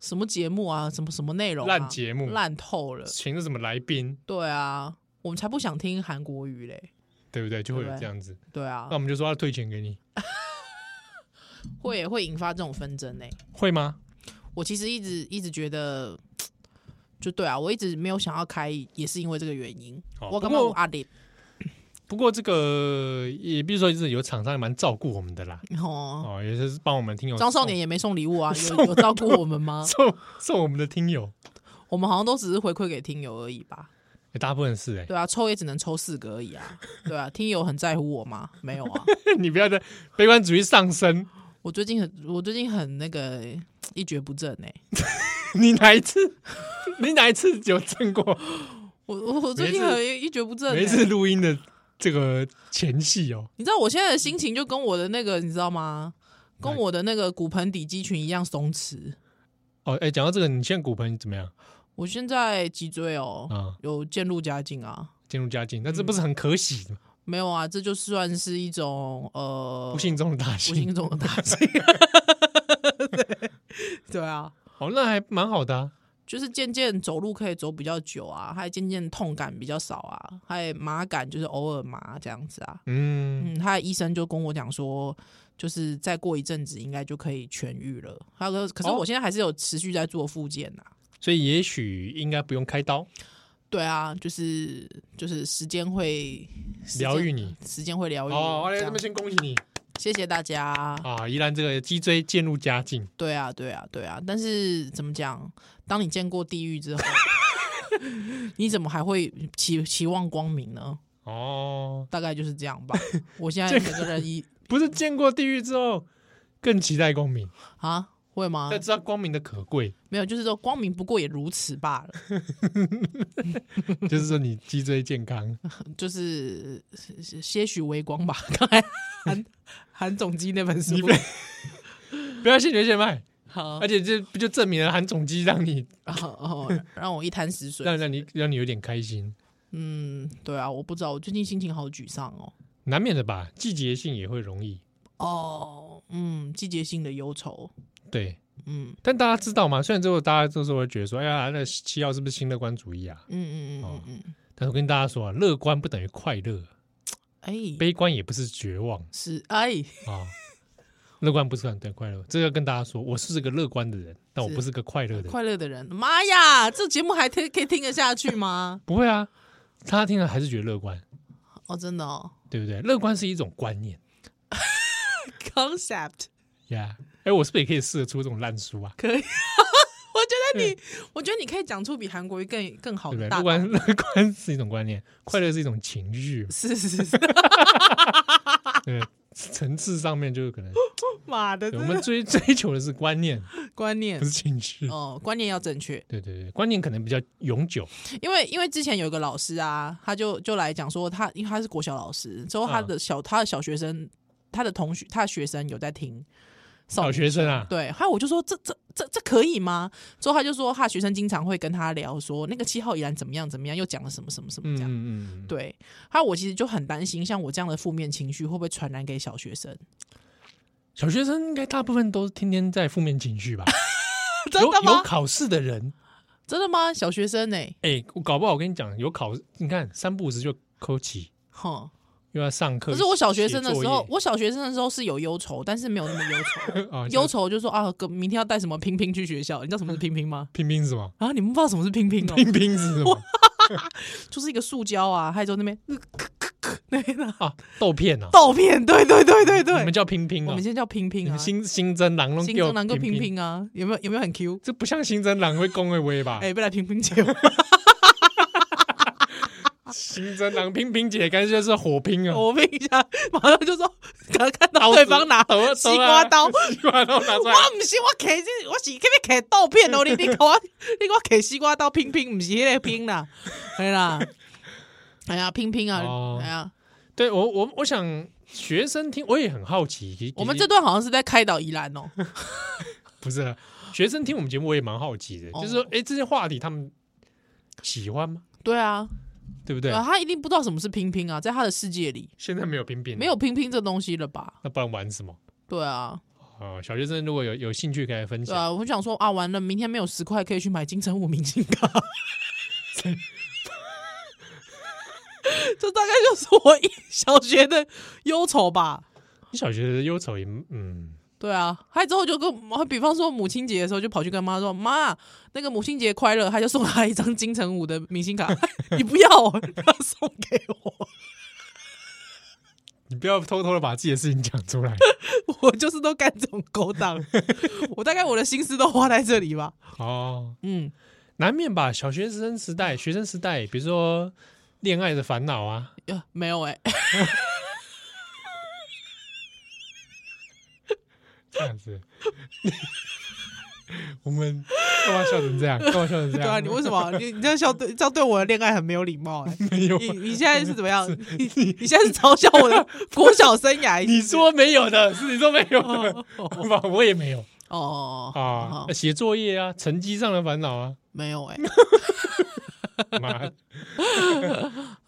C: 什么节目啊，什么什么内容啊、
B: 烂节目
C: 烂透了。
B: 请的什么来宾，
C: 对啊，我们才不想听韩国语嘞。
B: 对不对？就会有
C: 对
B: 这样子，
C: 对啊
B: 那，我们就说要退钱给你，
C: 会也会引发这种纷争欸嘞。
B: 会吗？
C: 我其实一直一直觉得，就对啊，我一直没有想要开，也是因为这个原因。
B: 哦不
C: 我干嘛
B: 过
C: 我阿力
B: 不过这个也必须说，就是有厂商也蛮照顾我们的啦，
C: 哦，
B: 哦，也是帮我们听友
C: 张少年也没送啊礼物啊，有有照顾我们 吗？
B: 送送送我们的听友，
C: 我们好像都只是回馈给听友而已吧？
B: 哎大部分是哎，
C: 对啊，抽也只能抽四个而已啊。对啊，听友很在乎我吗？没有啊。
B: 你不要再悲观主义上升，
C: 我最近很，我最近很那个一蹶不振哎、
B: 你哪一次 你哪一次有挣过？
C: 我我我最近
B: 每一次
C: 很一蹶不振、
B: 每
C: 欸。
B: 一次录音的这个前戏哦，
C: 你知道我现在的心情就跟我的那个，你知道吗？跟
B: 哪
C: 我的那个骨盆底肌群一样松弛。
B: 哦，哎，讲到这个，你现在骨盆怎么样
C: 我现在脊椎哦，
B: 啊？
C: 有渐入佳境啊。
B: 渐入佳境，那这不是很可喜吗？
C: 没有啊，这就算是一种呃
B: 不幸中的大
C: 不
B: 幸
C: 幸，中的大 幸。对对啊，
B: 哦，那还蛮好的啊，
C: 就是渐渐走路可以走比较久啊，还渐渐痛感比较少啊，还麻感就是偶尔麻这样子啊。
B: 嗯，
C: 嗯，他的医生就跟我讲说，就是再过一阵子应该就可以痊愈了。他说，可是
B: 哦
C: 我现在还是有持续在做复健呐、啊
B: 所以也许应该不用开刀，
C: 对啊，就是就是时间会时间
B: 疗愈你
C: 时间会疗愈
B: 哦，
C: 我
B: 我来
C: 这
B: 这
C: 样
B: 边先恭喜你
C: 谢谢大家。
B: 啊！依然这个脊椎渐入佳境，
C: 对啊，对啊，对啊。但是怎么讲？当你见过地狱之后，你怎么还会期期望光明呢？
B: 哦，
C: 大概就是这样吧。我现在整个人一
B: 不是见过地狱之后更期待光明，
C: 啊，会吗
B: 要？知道光明的可贵，
C: 没有，就是说光明不过也如此罢了。
B: 就是说你脊椎健康，
C: 就是呃些许微光吧。刚才韩韩总机那本书
B: 你，哎不不要现学现卖，
C: 好
B: 而且这不就证明了韩总机让你
C: 哦，哦让我一滩死水。
B: 让让你让你有点开心，
C: 嗯，对啊，我不知道，我最近心情好沮丧哦。
B: 难免的吧？季节性也会容易，
C: 哦，嗯，季节性的忧愁，
B: 对。
C: 嗯
B: 但大家知道吗？虽然之后大家就是会觉得说，哎呀，那七号是不是新乐观主义啊？
C: 嗯嗯嗯嗯嗯，
B: 但是我跟大家说啊，乐观不等于快乐，
C: 哎、
B: 悲观也不是绝望
C: 是哎，
B: 啊。 乐观不是很对快乐，这个要跟大家说，我是个乐观的人，但我
C: 是
B: 不是个快乐的人。
C: 快乐的人，妈呀，这节目还听可以听得下去吗？
B: 不会啊，他听了还是觉得乐观，
C: 哦，真的哦
B: 对不对？乐观是一种观念
C: ，concept
B: 呀。哎、我是不是也可以试着出这种烂书啊？
C: 可以。 我觉得你，我觉得你可以讲出比韩国瑜更更好
B: 对不
C: 的
B: 对？
C: 哦大
B: 乐观乐观是一种观念，快乐是一种情绪，
C: 是是是，
B: 对层次上面就是可 能
C: 妈的，
B: 对
C: 这
B: 我
C: 个
B: 们追 追求的是观念，
C: 观念
B: 不是情绪。
C: 哦，观念要正确，
B: 对对对，观念可能比较永久。
C: 因为因为之前有一个老师啊，他就就来讲说他，因为他是国小老师，之后他的小、他的小学生，他的同学，他的学生有在听
B: 小学生啊，
C: 对，还有我就说这这这这可以吗？之后他就说他的学生经常会跟他聊说那个七号依然怎么样怎么样，又讲了什么什么什么
B: 嗯
C: 这样。
B: 嗯嗯，
C: 对，还有我其实就很担心，像我这样的负面情绪会不会传染给小学生？
B: 小学生应该大部分都是天天在负面情绪吧？
C: 真
B: 有
C: 的
B: 有
C: 吗？
B: 考试的人，
C: 真的吗？小学生呢、
B: 哎、我搞不好我跟你讲，有考，你看三不五时就扣起，
C: 哼，
B: 又要上课。
C: 可是我小学生的时候
B: 写，作
C: 我小学生的时候是有忧愁，但是没有那么忧愁。
B: 业啊，
C: 忧
B: 忧
C: 愁就说啊，哥，明天要带什么拼拼去学校？你知道什么是拼拼吗？
B: 拼拼是吗？
C: 啊，你们不知道什么是拼拼哦，
B: 拼拼是什 么？
C: 就是一个塑胶啊，还有那边呃咳咳咳那边的
B: 啊，豆片啊，
C: 豆片，对对对对
B: 你
C: 对
B: 们，叫拼拼
C: 我
B: 啊
C: 们？现在叫拼
B: 你
C: 拼啊，
B: 们新新增狼龙
C: 新增能够
B: 拼
C: 拼，拼啊，有没有有没有很 Q？
B: 这不像新增狼会恭维威吧？
C: 哎，不来拼拼姐，
B: 新增狼拼拼姐感觉是火拼 啊，
C: 我拼一下， 马上就说，刚看到对方拿
B: 刀子啊
C: 西瓜 刀。
B: 西瓜刀拿出来，
C: 我唔是，我啃这，我是去要啃豆片哦，你你给我， 你给我啃西瓜刀 拼拼，唔是迄个拼啦，系啦，哎呀拼拼啊
B: 哦，
C: 哎呀，
B: 对我我我想学生听我也很好奇，
C: 我们这段好像是在开导宜兰哦，
B: 不是啊学生听我们节目，我也蛮好奇的，
C: 哦
B: 就是说，哎，这些话题他们喜欢吗？
C: 对啊，
B: 对不对？
C: 啊他一定不知道什么是拼拼啊，在他的世界里
B: 现在没有冰冰，
C: 没有，拼拼这东西了吧？
B: 那不然玩什么？
C: 对啊，
B: 啊，小学生如果有有兴趣可以分
C: 对
B: 享，
C: 啊，我想说啊，完了，明天没有十块可以去买金城武明星卡， 这大概就是我一小学的忧愁吧。
B: 你小学的忧愁也嗯，
C: 对啊，还之后就跟我，比方说母亲节的时候，就跑去跟妈说：“妈，那个母亲节快乐。”他就送了她一张金城武的明星卡， 你不要哦，你要送给我，
B: 你不要偷偷的把自己的事情讲出来。
C: 我就是都干这种勾当， 我大概我的心思都花在这里吧。
B: 哦，
C: 嗯，
B: 难免吧。小学生时 代，学生时代，比如说恋爱的烦恼啊，
C: 呀没有哎、
B: 这样子。 我们干嘛笑成这样？干嘛笑成这
C: 对
B: 样？
C: 啊，你为什么 你你这样笑对这样对我的恋爱很没有礼貌哎、
B: 没有？啊
C: 你你现在是怎么样？你你现在是嘲笑我的 国小生涯？
B: 你说没有的，是你说没有的
C: 哦，哦
B: 对吧？ 我也没有
C: 哦
B: 啊
C: 哦，
B: 写作业啊，成绩上的烦恼啊，
C: 没有哎、
B: 妈的，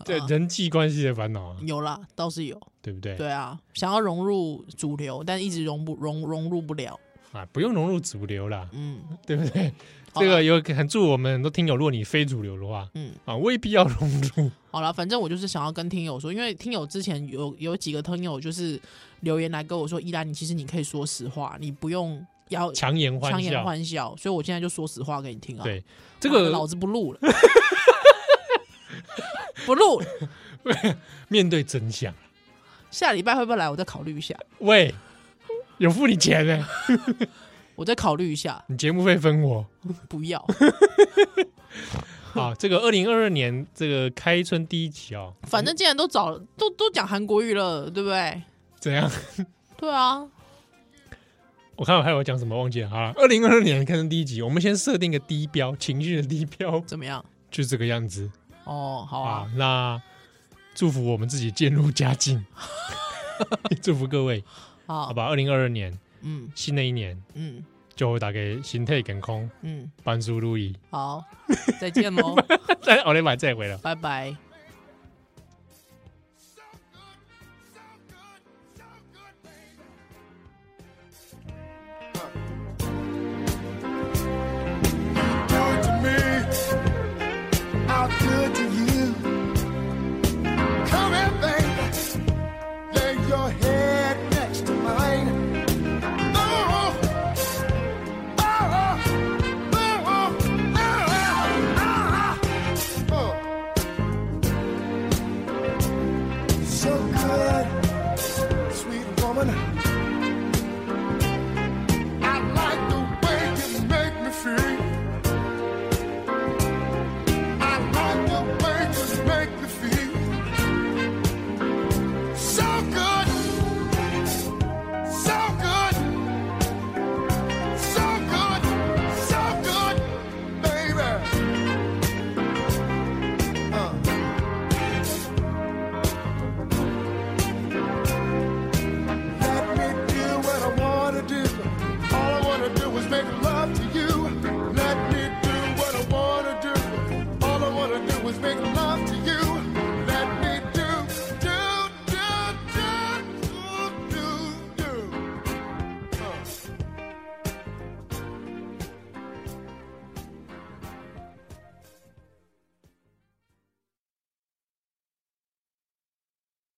B: 对人际关系的烦恼啊，
C: 有啦，倒是有。
B: 对不对？
C: 哦对啊，想要融入主流，但一直融不融融入不了。
B: 啊，不用融入主流啦，
C: 嗯
B: 对不对？
C: 好啊
B: 这
C: 啦
B: 个有很祝我们很多听友，如果你非主流的话
C: 嗯，
B: 啊，未必要融 入。
C: 好了，反正我就是想要跟听友说，因为听友之前有有几个听友就是留言来跟我说，依兰，你其实你可以说实话，你不用要
B: 强颜欢
C: 强颜
B: 笑。
C: 欢笑，所以我现在就说实话给你听啊。
B: 对，这
C: 妈的老
B: 个
C: 子不 录了，不录了，
B: 面对真相，
C: 下礼拜会不会来？我再考虑一下，
B: 喂，有付你钱呢，
C: 我再考虑一下，
B: 你节目费分 我。
C: 不 要
B: 啊，这个二零二二年这个开春第一集哦，
C: 反正既然都找都都讲韩国语了，对不对？
B: 怎样？
C: 对啊，
B: 我看我还有讲什么忘记了啊？二零二二年开春第一集，我们先设定个低标，情绪的低标
C: 怎么样？
B: 就这个样子
C: 哦，好啊
B: 啊。那祝福我们自己渐入佳 境，祝福各位，好
C: 好，
B: 吧？二零二二年
C: 嗯
B: 新的一年，
C: 嗯
B: 就大家身体健康，
C: 嗯，
B: 万事如意。
C: 好，再见喽，
B: 再我来买这回了。
C: 拜拜。
D: do it to me. I'll do it to you. Come here, baby. Lay your head next to mine. Oh, oh, oh, oh, oh, oh, oh. So good, sweet woman. Uh.